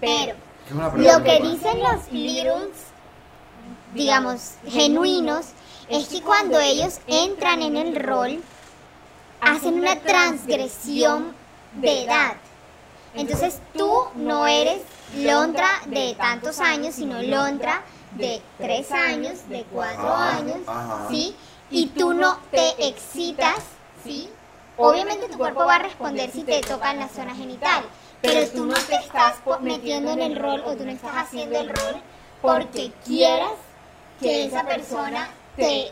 Pero,
Es una
pero,
pregunta,
lo que
pues.
dicen los littles, digamos, genuinos, es que cuando ellos entran en el rol, hacen una transgresión de edad. Entonces tú no eres Londra de tantos años, sino Londra de tres años, de cuatro
Ah,
años,
ajá.
¿sí? Y tú no te excitas, ¿sí? Obviamente tu cuerpo va a responder si te tocan la zona genital, pero tú no te estás po- metiendo en el rol o tú no estás haciendo el rol porque quieras que esa persona te,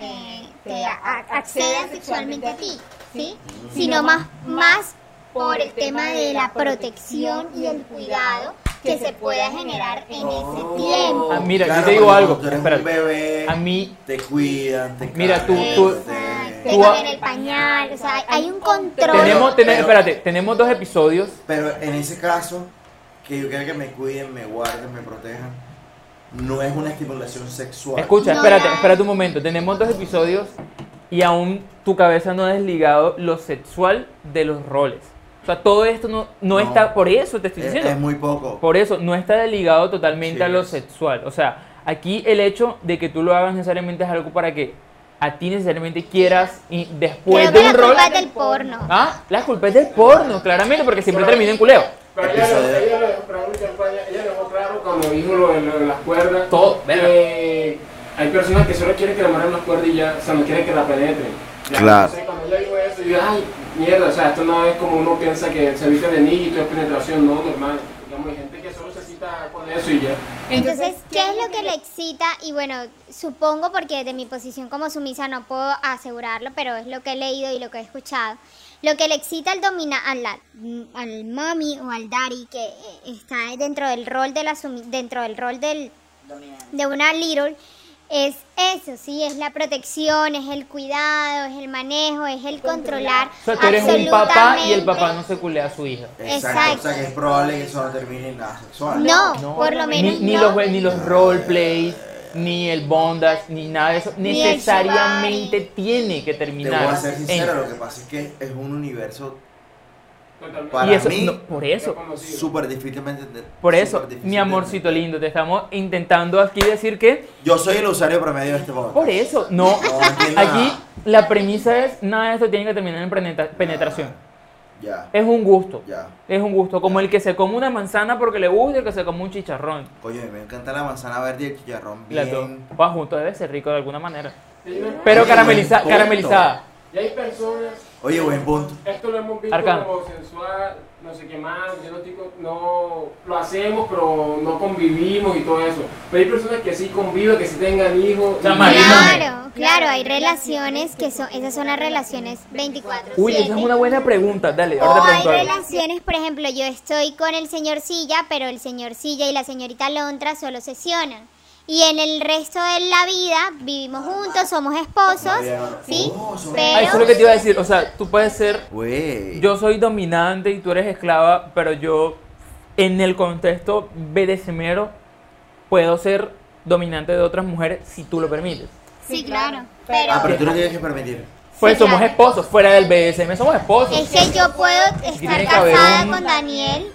eh, te a- a- acceda sexualmente a ti, ¿sí? Sino más, más por el tema de la protección y el cuidado que se pueda generar en ese
Oh.
tiempo.
Ah, mira, yo
Claro,
te digo
porque
algo,
Tú eres
espérate.
un bebé,
A mí,
te cuidan, te
Mira, tú-
cargan,
tú-
te-
Te
tú-
cambian el pañal, o sea, hay un control.
tenemos, tenemos-
Pero-
espérate, tenemos dos episodios.
Pero en ese caso, que yo quiero que me cuiden, me guarden, me protejan, no es una estimulación sexual.
Escucha,
No,
espérate,
ya.
espérate un momento. Tenemos dos episodios y aún tu cabeza no ha desligado lo sexual de los roles. O sea, todo esto no, no,
No.
está, por eso te estoy
es,
diciendo.
es muy poco.
Por eso no está ligado totalmente
Sí,
a lo
es.
sexual. O sea, aquí el hecho de que tú lo hagas necesariamente es algo para que a ti necesariamente quieras y después
Creo
de pues, un
que la
rol.
culpa es del porno.
Ah, la culpa es del porno, claramente, porque siempre termina en culeo.
Pero ella, lo-
Episodio.
ella lo dejó claro, ella- ella lo dejó claro cuando dijo lo de, lo de las cuerdas.
Todo, verga.
que hay personas que solo quieren que le amarren las cuerdas y ya, o sea, no quieren que la penetren. Ya,
Claro.
entonces, cuando ella dijo eso, yo, ay, mierda, o sea, esto no es como uno piensa que se viste de niñito es penetración, no, normal. Digamos, hay gente que solo se cita con eso y ya.
Entonces, ¿qué es lo que le excita? Y bueno, supongo porque de mi posición como sumisa no puedo asegurarlo, pero es lo que he leído y lo que he escuchado. Lo que le excita al domina al, la- al mami o al daddy que eh, está dentro del rol de la sumi- dentro del rol del de una little es eso, sí, es la protección, es el cuidado, es el manejo, es el controlar.
O sea, tú eres un papá y el papá
absolutamente
no se culea a su hija.
Exacto.
Exacto.
O sea, que es probable que eso no termine en nada sexual.
No, por lo
Ni,
menos
ni
no.
los, ni los roleplays, ni el bondage, ni nada de eso.
Ni el
Necesariamente
shibari.
tiene que
Te voy a
terminar.
ser
en-
sincero, lo que pasa es que es un universo
Totalmente.
Para
y eso,
mí-
no, por eso,
Desconocido.
súper difícilmente de- súper
por eso,
difícil
mi
de
amorcito
entender.
lindo, te estamos intentando aquí decir que
Yo soy el usuario promedio de este podcast.
Por eso, no.
No entiendo
Aquí
nada.
la premisa es, nada de esto tiene que terminar en peneta- penetración.
Ya,
Es un gusto.
ya.
Es un gusto. Como el que se come una manzana porque le gusta y el que se come un chicharrón.
Coño, me encanta la manzana verde y el chicharrón
La
bien.
to- Va junto, debe ser rico de alguna manera.
Y hay-
Pero
Oye,
carameliza-
buen punto.
caramelizada.
Y hay personas,
Oye, buen punto.
esto lo hemos visto
Arcano.
como sensual, no sé qué más, yo no, estoy con- no lo hacemos, pero no convivimos y todo eso. Pero hay personas que sí conviven, que sí tengan hijos.
O sea,
y-
marido.
Claro, claro, hay relaciones que son, esas son las relaciones 24-7.
Uy, esa es una buena pregunta. Dale,
O
ahora te
hay
pregunto algo.
relaciones, por ejemplo, yo estoy con el señor Silla, pero el señor Silla y la señorita Londra solo sesionan. Y en el resto de la vida vivimos juntos, somos esposos, ¿sí?
Ah, eso es lo
Pero
que te iba a decir. O sea, tú puedes ser.
Güey.
Yo soy dominante y tú eres esclava, pero yo, en el contexto BDSMero, puedo ser dominante de otras mujeres si tú lo permites.
sí, claro. Pero
Ah, pero tú lo tienes que permitir.
Pues
Sí,
somos
claro.
esposos, fuera del BDSM somos esposos.
es que yo puedo estar
tiene que haber
casada
un-
con Daniel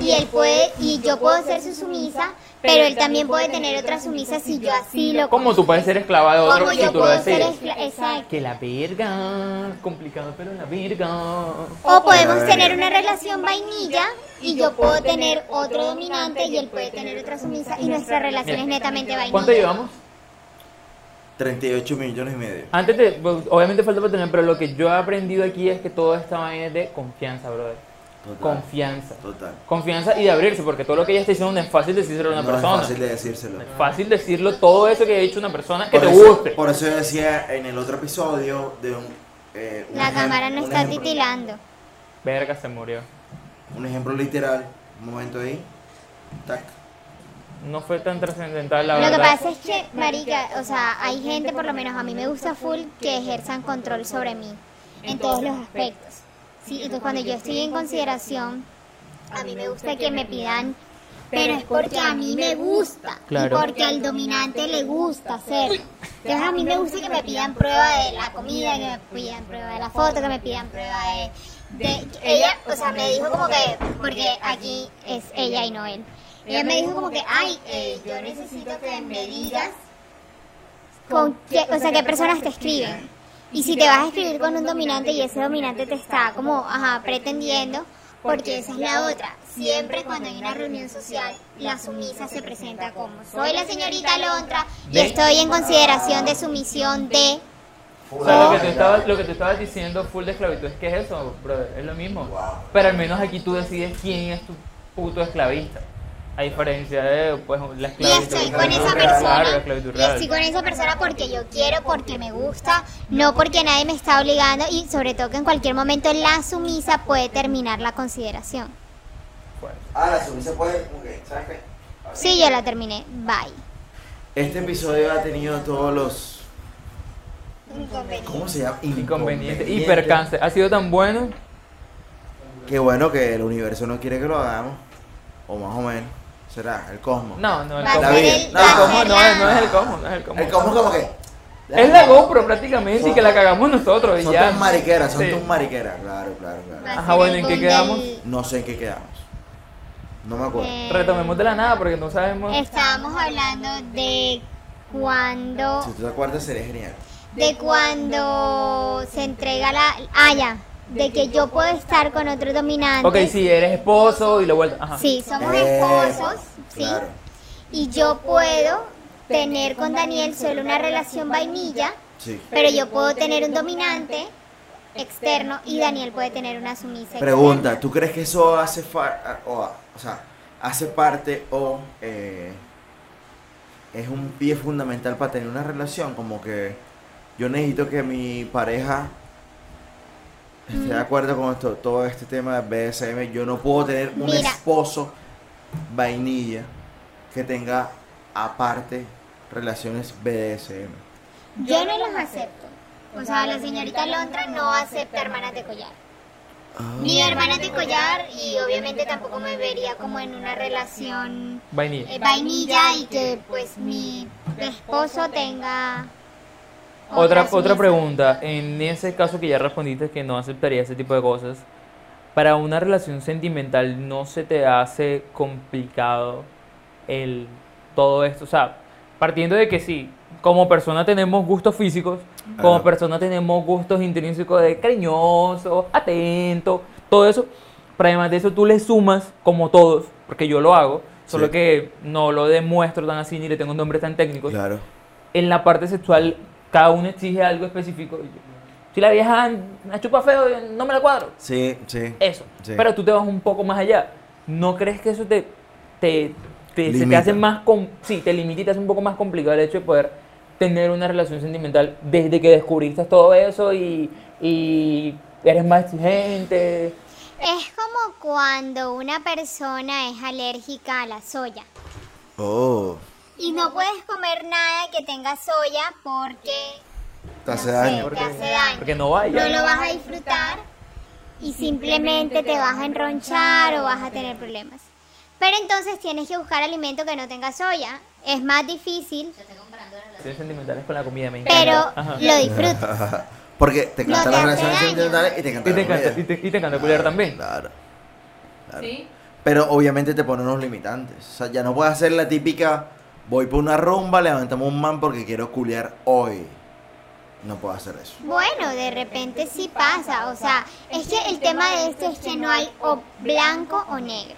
y él puede y yo puedo ser su sumisa, pero él también puede tener otra sumisa si yo así lo
Como tú puedes ser esclava de otro
como
si
yo
tú lo
puedo ser
decides.
escla- exacto.
Que la verga. Complicado, pero la verga.
O podemos
Ay.
tener una relación vainilla y yo puedo tener otro dominante y él puede tener otra sumisa y nuestra relación es netamente vainilla.
¿Cuánto llevamos?
38 millones y medio.
Antes de, pues, obviamente falta para tener, pero lo que yo he aprendido aquí es que toda esta vaina es de confianza, brother.
Total.
Confianza.
Total.
Confianza y de abrirse, porque todo lo que ella está diciendo no es fácil decírselo a una
No es
persona.
fácil de decírselo.
No es fácil decirlo todo eso que ha hecho una persona que
Por
te
eso-
guste.
Por eso yo decía en el otro episodio de un. eh, un
La
ejem-
cámara no
un
está
ejemplo-
titilando.
Verga, se murió.
Un ejemplo literal. Un momento ahí. Tac.
No fue tan trascendental la
Lo que
verdad.
pasa es que, marica, o sea, hay gente, por lo menos a mí me gusta full, que ejerzan control sobre mí en todos los aspectos. Sí, entonces cuando yo estoy en consideración, a mí me gusta que me pidan, pero es porque a mí me gusta
Claro.
y porque al dominante le gusta hacerlo. Entonces a mí me gusta que me pidan prueba de la comida, que me pidan prueba de la foto, que me pidan prueba de... de- ella, o sea, me dijo como que, porque aquí es ella y no él. Ella me dijo como que, ay, eh, yo necesito que me digas con qué, o sea, qué personas te escriben. Y si te vas a escribir con un dominante y ese dominante te está como, ajá, pretendiendo, porque esa es la otra. Siempre cuando hay una reunión social, la sumisa se presenta como, soy la señorita Lontra y
De-
estoy en consideración de sumisión de...
O sea, lo que, tú
Oh.
estabas, lo que tú estabas diciendo full de esclavitud es que es eso, brother, es lo mismo. Pero al menos aquí tú decides quién es tu puto esclavista. A diferencia de pues, la
Y
esclavitud.
estoy con
real. Claro, la
esa persona,
esclavitud
y
real.
estoy con esa persona porque yo quiero, porque me gusta, no porque nadie me está obligando y sobre todo que en cualquier momento la sumisa puede terminar la consideración.
Ah, la sumisa puede. Ok, ¿sabes qué?
Sí, yo la terminé. Bye.
Este episodio ha tenido todos los. ¿Cómo se llama?
Inconveniente.
Inconvenientes.
Hipercáncer. Ha sido tan bueno.
Qué bueno que el universo no quiere que lo hagamos. O más o menos. Será, el cosmos.
No, no, el
Va a
cómo.
ser
No,
el-
el
va a
cómo
ser
no
la-
es, no es el cómo, no es el cómo.
El cosmos como que.
Es la GoPro prácticamente y que la cagamos nosotros y
Son
ya.
tus mariqueras, son
Sí.
tus mariqueras. Claro, claro,
Va a
claro.
Ajá,
ser
bueno,
el
¿en qué
boom
quedamos?
del-
No sé en qué quedamos. No me acuerdo.
eh,
Retomemos de la nada porque no sabemos.
Estábamos hablando de
Si
cuando,
tú te acuerdas, sería genial.
de cuando se entrega la... Ah, ya. De que yo puedo estar con otro dominante.
Ok, sí, eres esposo y lo vuelta. Ajá.
Sí, somos
Eh,
esposos, ¿sí?
Claro.
Y yo puedo tener con Daniel solo una relación vainilla,
Sí.
pero yo puedo tener un dominante externo y Daniel puede tener una sumisa.
Pregunta, ¿tú crees que eso hace fa- o, o sea, hace parte o eh, es un pie fundamental para tener una relación? Como que yo necesito que mi pareja esté de acuerdo con esto, todo este tema de BSM. Yo no puedo tener un
Mira.
esposo vainilla que tenga aparte relaciones BDSM.
externa. Yo no los acepto. O sea, la señorita Londra no acepta hermanas de collar. Ni hermanas de collar y obviamente tampoco me vería como en una relación
Vainilla.
eh, vainilla y que pues mi esposo tenga...
Otra, otra
sumisa.
pregunta. En ese caso que ya respondiste que no aceptaría ese tipo de cosas, para una relación sentimental no se te hace complicado el todo esto. O sea, partiendo de que sí, como persona tenemos gustos físicos, como
Claro.
persona tenemos gustos intrínsecos de cariñoso, atento, todo eso. Pero además de eso tú le sumas, como todos, porque yo lo hago, solo
Sí.
que no lo demuestro tan así ni le tengo un nombre tan técnico
Claro.
en la parte sexual cada uno exige algo específico. Si la vieja me chupa feo, no me la cuadro.
Sí, sí.
Eso.
Sí.
Pero tú te vas un poco más allá. ¿No crees que eso te, te, te- se te
Limita.
hace más... com- sí, te limita y te hace un poco más complicado el hecho de poder tener una relación sentimental desde que descubriste todo eso y, y eres más exigente?
Es como cuando una persona es alérgica a la soya.
Oh,
Y no puedes comer nada que tenga soya porque
te hace
no sé,
daño.
te hace daño.
Porque no vaya.
no lo vas a disfrutar y simplemente te vas a enronchar o vas a tener problemas. Pero entonces tienes que buscar alimento que no tenga soya. Es más difícil,
Relaciones sentimentales con la comida, me
pero
encanta. Ajá.
lo disfrutas.
Porque te
No
cantan las
te hace
relaciones
daño.
sentimentales y te
Y
cantan
te
la comida.
encanta, y te, y te encanta culiar también.
Claro. Claro.
Sí.
Pero obviamente te pone unos limitantes. O sea, ya no puedes hacer la típica, voy por una rumba, levantamos un man porque quiero culiar hoy. No puedo hacer eso.
Bueno, de repente sí pasa. O sea, es que el tema de esto es que no hay o blanco o negro.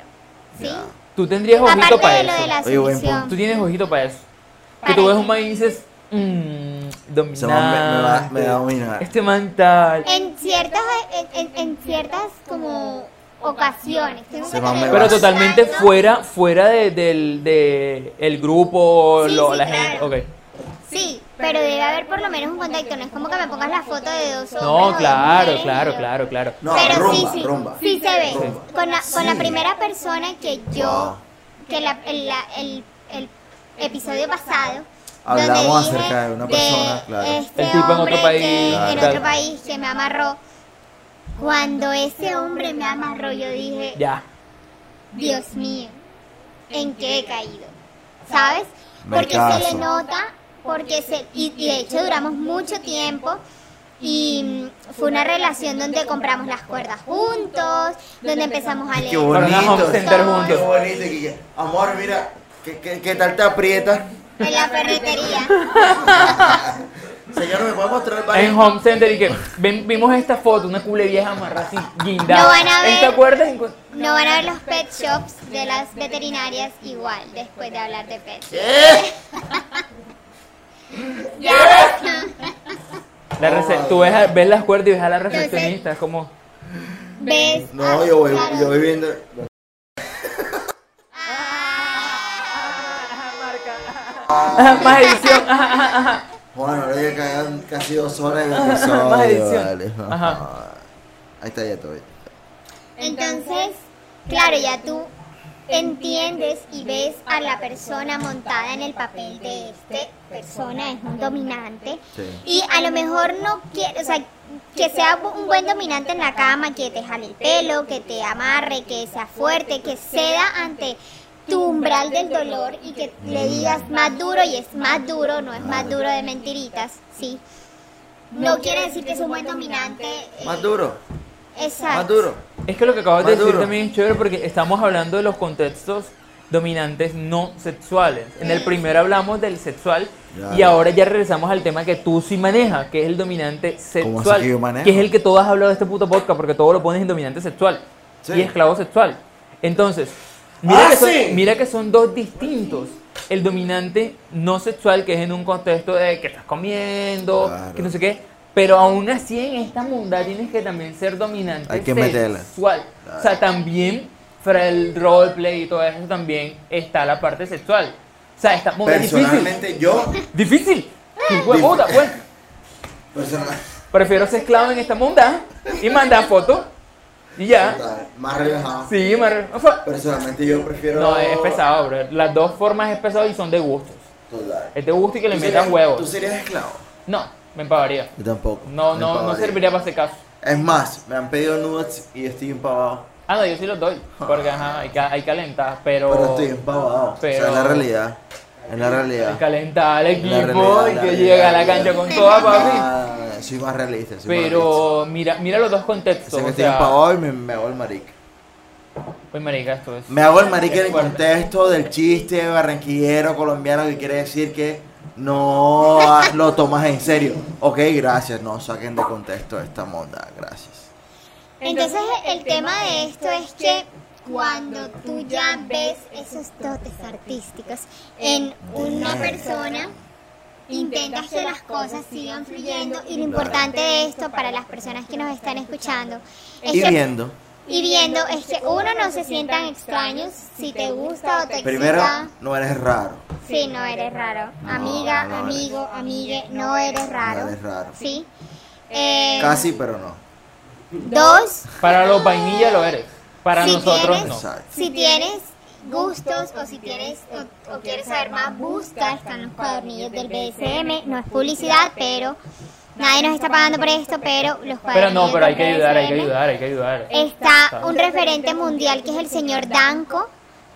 ¿Sí?
Ya.
Tú tendrías ojito
Aparte
para
de
eso.
lo de la
Oye, buen
solución.
Tú tienes ojito para eso. Que
Para
tú ves
eso.
un man y dices, mmm,
Ese man me, me va, me va a
dominante.
dominar.
Este man tal.
En ciertas, en, en- en ciertas como ocasiones. Tengo
Se
que
va a
tener
me
Pero
vas.
totalmente
cuidado.
fuera, fuera de, del de el grupo,
Sí,
lo-
sí,
la
claro.
gente. Ok.
Sí, pero debe haber por lo menos un contacto. No es como que me pongas la foto de dos hombres. o
No,
dos
claro,
mujeres,
claro,
pero-
claro, claro.
No,
pero
rumba,
sí, sí,
rumba.
sí se ve.
Rumba.
Con la, con la
Sí.
primera persona que yo,
Wow.
que la, el, la- el- el episodio pasado,
Hablamos
donde dije
acerca de una persona, claro.
Este
El tipo en otro
hombre
país,
que, en
claro.
otro país que me amarró. Cuando ese hombre me amarró, yo dije,
Ya.
Dios mío, ¿en qué he caído? ¿Sabes?
Me
Porque se
caso.
le nota, porque se, y, y de hecho duramos mucho tiempo y mm, fue una relación donde compramos las cuerdas juntos, donde empezamos a
Ay, Qué
leer.
Para una
bonito.
home center
Qué
juntos.
bonito. y que- Amor, mira, ¿qué, qué, qué tal te aprietas?
En la ferretería.
Señor, ¿me puede mostrar varias?
En Home Center y que ven- vimos esta foto, una cule vieja amarrada así, guindada.
No van a ver.
¿Te acuerdas? En cu-
No van a ver los pet shops de las veterinarias igual después de hablar de pets.
La rece- tú ves, a- ves las cuerdas y ves a la recepcionista, es como...
¿Ves?
No, yo voy,
Claro.
yo voy viendo.
Ajá, más edición, ajá, ajá, ajá.
Juan, ahora ya cagan casi dos horas en el
Más
episodio.
edición.
vale.
Ajá.
Ahí está ya todo.
Entonces, claro, ya tú entiendes y ves a la persona montada en el papel de este persona, es un dominante.
Sí.
Y a lo mejor no quiere, o sea, que sea bu- un buen dominante en la cama, que te jale el pelo, que te amarre, que sea fuerte, que ceda ante tu umbral del dolor y que le
Mm.
digas más duro y es más duro, no es más duro de mentiritas, ¿sí? No quiere decir que es un buen dominante. eh,
Más duro,
Exacto.
más duro.
Es que lo que acabas de
Más
decir
duro.
también es chévere porque estamos hablando de los contextos dominantes no sexuales. En el primero hablamos del sexual
Ya.
y ahora ya regresamos al tema que tú sí manejas, que es el dominante sexual,
así que yo manejo?
es el que todas has hablado de este puto podcast porque todo lo pones en dominante sexual
Sí.
y esclavo sexual. Entonces, mira,
Ah,
que son,
sí.
mira que son dos distintos. El dominante no sexual, que es en un contexto de que estás comiendo,
Claro.
que no sé qué. Pero aún así en esta mundad tienes que también ser dominante
Hay que meterla.
sexual. Este, O sea, también para el roleplay y todo eso también está la parte sexual. O sea, está muy difícil.
Personalmente yo,
Difícil. Sí, huevuda, pues.
personal-
Prefiero ser esclavo en esta mundad y mandar fotos y ya.
más relajado.
Sí, mar- fue-
Personalmente yo prefiero.
No, es pesado, bro. Las dos formas es pesado y son de gustos.
Total.
Es de gusto y que le
¿Tú
metan
serías- ¿Tú
huevos.
serías esclavo?
No, me empavaría.
Yo tampoco.
No,
me
no, no
empavaría.
serviría para ese caso.
Es más, me han pedido nudes y estoy empavado.
Ah, no, yo sí los doy. Porque ajá, hay, que, hay que alentar, pero.
Pero estoy empavado.
pero-
o sea, es la realidad. Es la
Hay
realidad.
que alentar al
Es la
equipo y
realidad,
que
la
llega a la
realidad.
cancha con toda, papi.
Ah, soy más realista. Soy
Pero mira, mira los dos
Más realista.
contextos.
Sé que
O
estoy
sea,
empavado y me, me hago el marica.
pues marica, esto es.
Me hago el marica en el
Fuerte.
contexto del chiste barranquillero colombiano que quiere decir que no ah, lo tomas en serio. Ok, gracias. No saquen de contexto esta monda. Gracias.
Entonces el tema de esto es que cuando tú ya ves esos dotes artísticos en una persona intentas que las cosas sigan fluyendo y lo importante de esto para las personas que nos están escuchando es
Y
que
viendo.
y viendo es que uno no se sientan extraños si te gusta o te
Primero,
excita.
no eres raro.
Sí, no eres raro.
No,
Amiga,
no eres-
amigo, amigue, no eres
No
raro.
eres raro.
Sí. Eh,
Casi, pero no.
Dos,
Para los vainillas lo eres. Para
Si
nosotros
quieres-
no.
Exacto.
si tienes gustos o si tienes o, o quieres saber más, busca, están los cuadernillos del BSM, no es publicidad, pero nadie nos está pagando por esto, pero los cuadernillos
Pero no, pero hay
del
que ayudar, hay que
BSM
ayudar, hay que ayudar.
Eh, Está un referente mundial que es el señor Danco.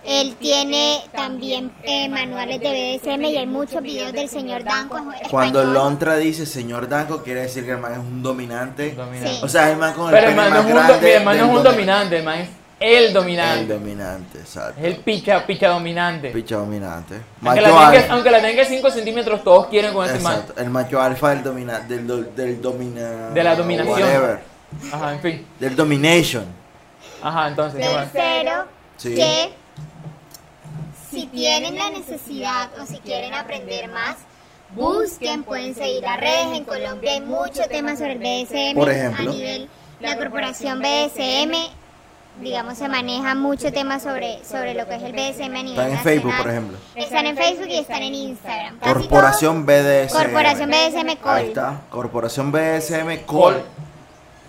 Él tiene también eh, manuales de BDSM y hay muchos videos del señor Danco. es
Cuando
español.
Lontra dice señor Danco, quiere decir que el man es un dominante.
Dominante.
O sea, es el man con el
Pero el
pene
man no
más
es un, do-
grande
mira, el man no
del
es un
mundo.
dominante, el man es el
El
dominante.
dominante, exacto.
Es el picha, picha dominante.
Picha dominante.
Aunque
Macho
la, tenga,
alfa.
aunque la tenga 5 centímetros, todos quieren con ese man.
Exacto. El macho alfa del domina, del, do- del domina,
De la dominación.
whatever.
Ajá, en fin.
Del domination.
Ajá, entonces, ¿qué más?
Tercero,
Sí.
que si tienen la necesidad o si quieren aprender más, busquen, pueden seguir las redes. En Colombia hay muchos temas sobre el BDSM.
Por ejemplo.
A nivel, la corporación BDSM, digamos, se maneja mucho tema sobre, sobre lo que es el BDSM a nivel
Están en Facebook,
nacional.
por ejemplo.
Están en Facebook y están en Instagram. Casi
Corporación
todos-
BDSM.
Corporación BDSM Col.
Ahí está. Corporación BDSM Col.
Col.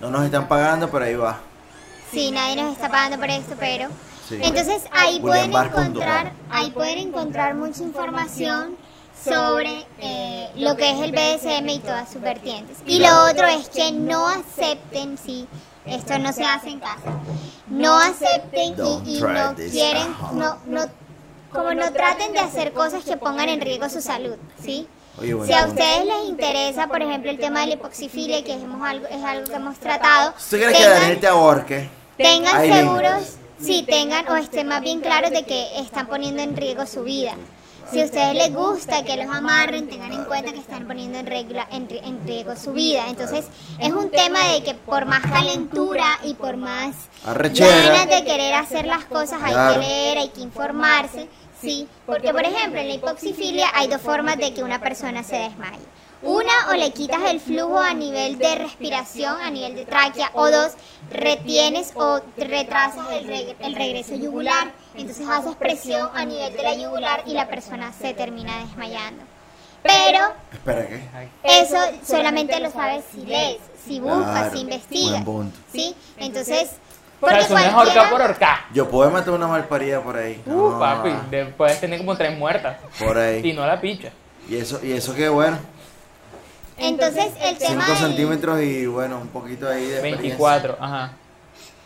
No nos están pagando, pero ahí va.
Sí, nadie nos está pagando por esto, pero...
Sí.
Entonces ahí
William
pueden
Barcon
encontrar,
Durán.
ahí pueden encontrar mucha información sobre eh, lo que es el BDSM y todas sus vertientes. Y lo otro es que no acepten, si esto no se hace en casa, no acepten y, y
Don't try
no
this
quieren,
at home.
no, no, como no traten de hacer cosas que pongan en riesgo su salud, ¿sí?
Oye, buen
Si a
punto.
ustedes les interesa, por ejemplo, el tema de la hipoxifilia, que hemos algo, es algo que hemos tratado,
¿Usted cree que Daniel te ahorque?
tengan
Ahí mismo.
seguros, si tengan o estén más bien claros de que están poniendo en riesgo su vida. Si a ustedes les gusta que los amarren, tengan en cuenta que están poniendo en, regla, en, ri- en riesgo su vida. Entonces, es un tema de que por más calentura y por más
Arrechera.
ganas de querer hacer las cosas, hay
Claro.
que leer, hay que informarse. Sí, porque por ejemplo, en la hipoxifilia hay dos formas de que una persona se desmaye. Una, o le quitas el flujo a nivel de respiración, a nivel de tráquea, o dos, retienes o retrasas el, reg- el regreso yugular, entonces haces presión a nivel de la yugular y la persona se termina desmayando. Pero
Espera, ¿qué?
eso solamente lo sabes si lees, si buscas,
Claro,
si
buen
investigas.
punto.
¿sí? Entonces,
O sea,
porque
eso no es ahorcar por
cualquiera,
ahorcar.
Yo puedo matar una malparida por ahí.
Uh,
No,
papi, de- puedes tener como tres muertas.
Por
Y
ahí.
no la picha.
Y eso, y eso qué bueno.
entonces el tema
5
del-
centímetros y bueno, un poquito ahí de experiencia.
24, ajá.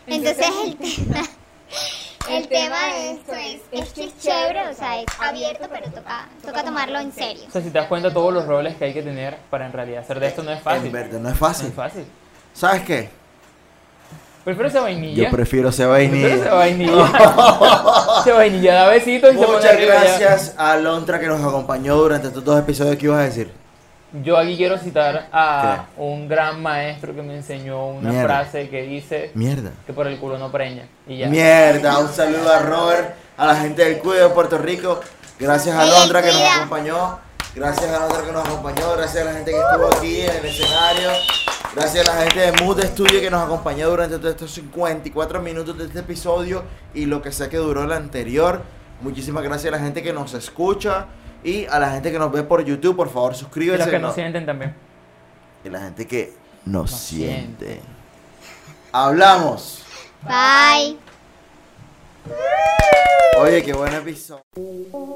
Entonces el tema, el tema de esto es, pues, es que es chévere, o sea, es abierto, pero toca, toca tomarlo en serio.
O sea, si te das cuenta todos los roles que hay que tener para en realidad hacer de esto no es fácil.
En verde, no es
No
fácil.
es fácil.
¿Sabes qué?
Prefiero esa vainilla.
Yo prefiero ser
Prefiero esa
vainilla.
vainilla. Esa vainilla da besitos y se pone
Muchas
arriba ya.
gracias a Lontra que nos acompañó durante estos dos episodios. ¿Qué ibas a decir?
Yo aquí quiero citar a un gran maestro que me enseñó una
Mierda.
frase que dice
Mierda.
que por el culo no preña. Y ya.
Mierda. Un saludo a Robert, a la gente del Cuido de Puerto Rico. Gracias a
Ey,
Londra que nos
cuida.
acompañó. Gracias a Londra que nos acompañó. Gracias a la gente que estuvo aquí en el escenario. Gracias a la gente de Mood Studio que nos acompañó durante todos estos 54 minutos de este episodio y lo que sea que duró el anterior. Muchísimas gracias a la gente que nos escucha y a la gente que nos ve por YouTube. Por favor,
Y
suscríbete.
los que no sienten también.
Y la gente que nos
siente.
siente. Hablamos.
Bye.
Oye, qué buen episodio.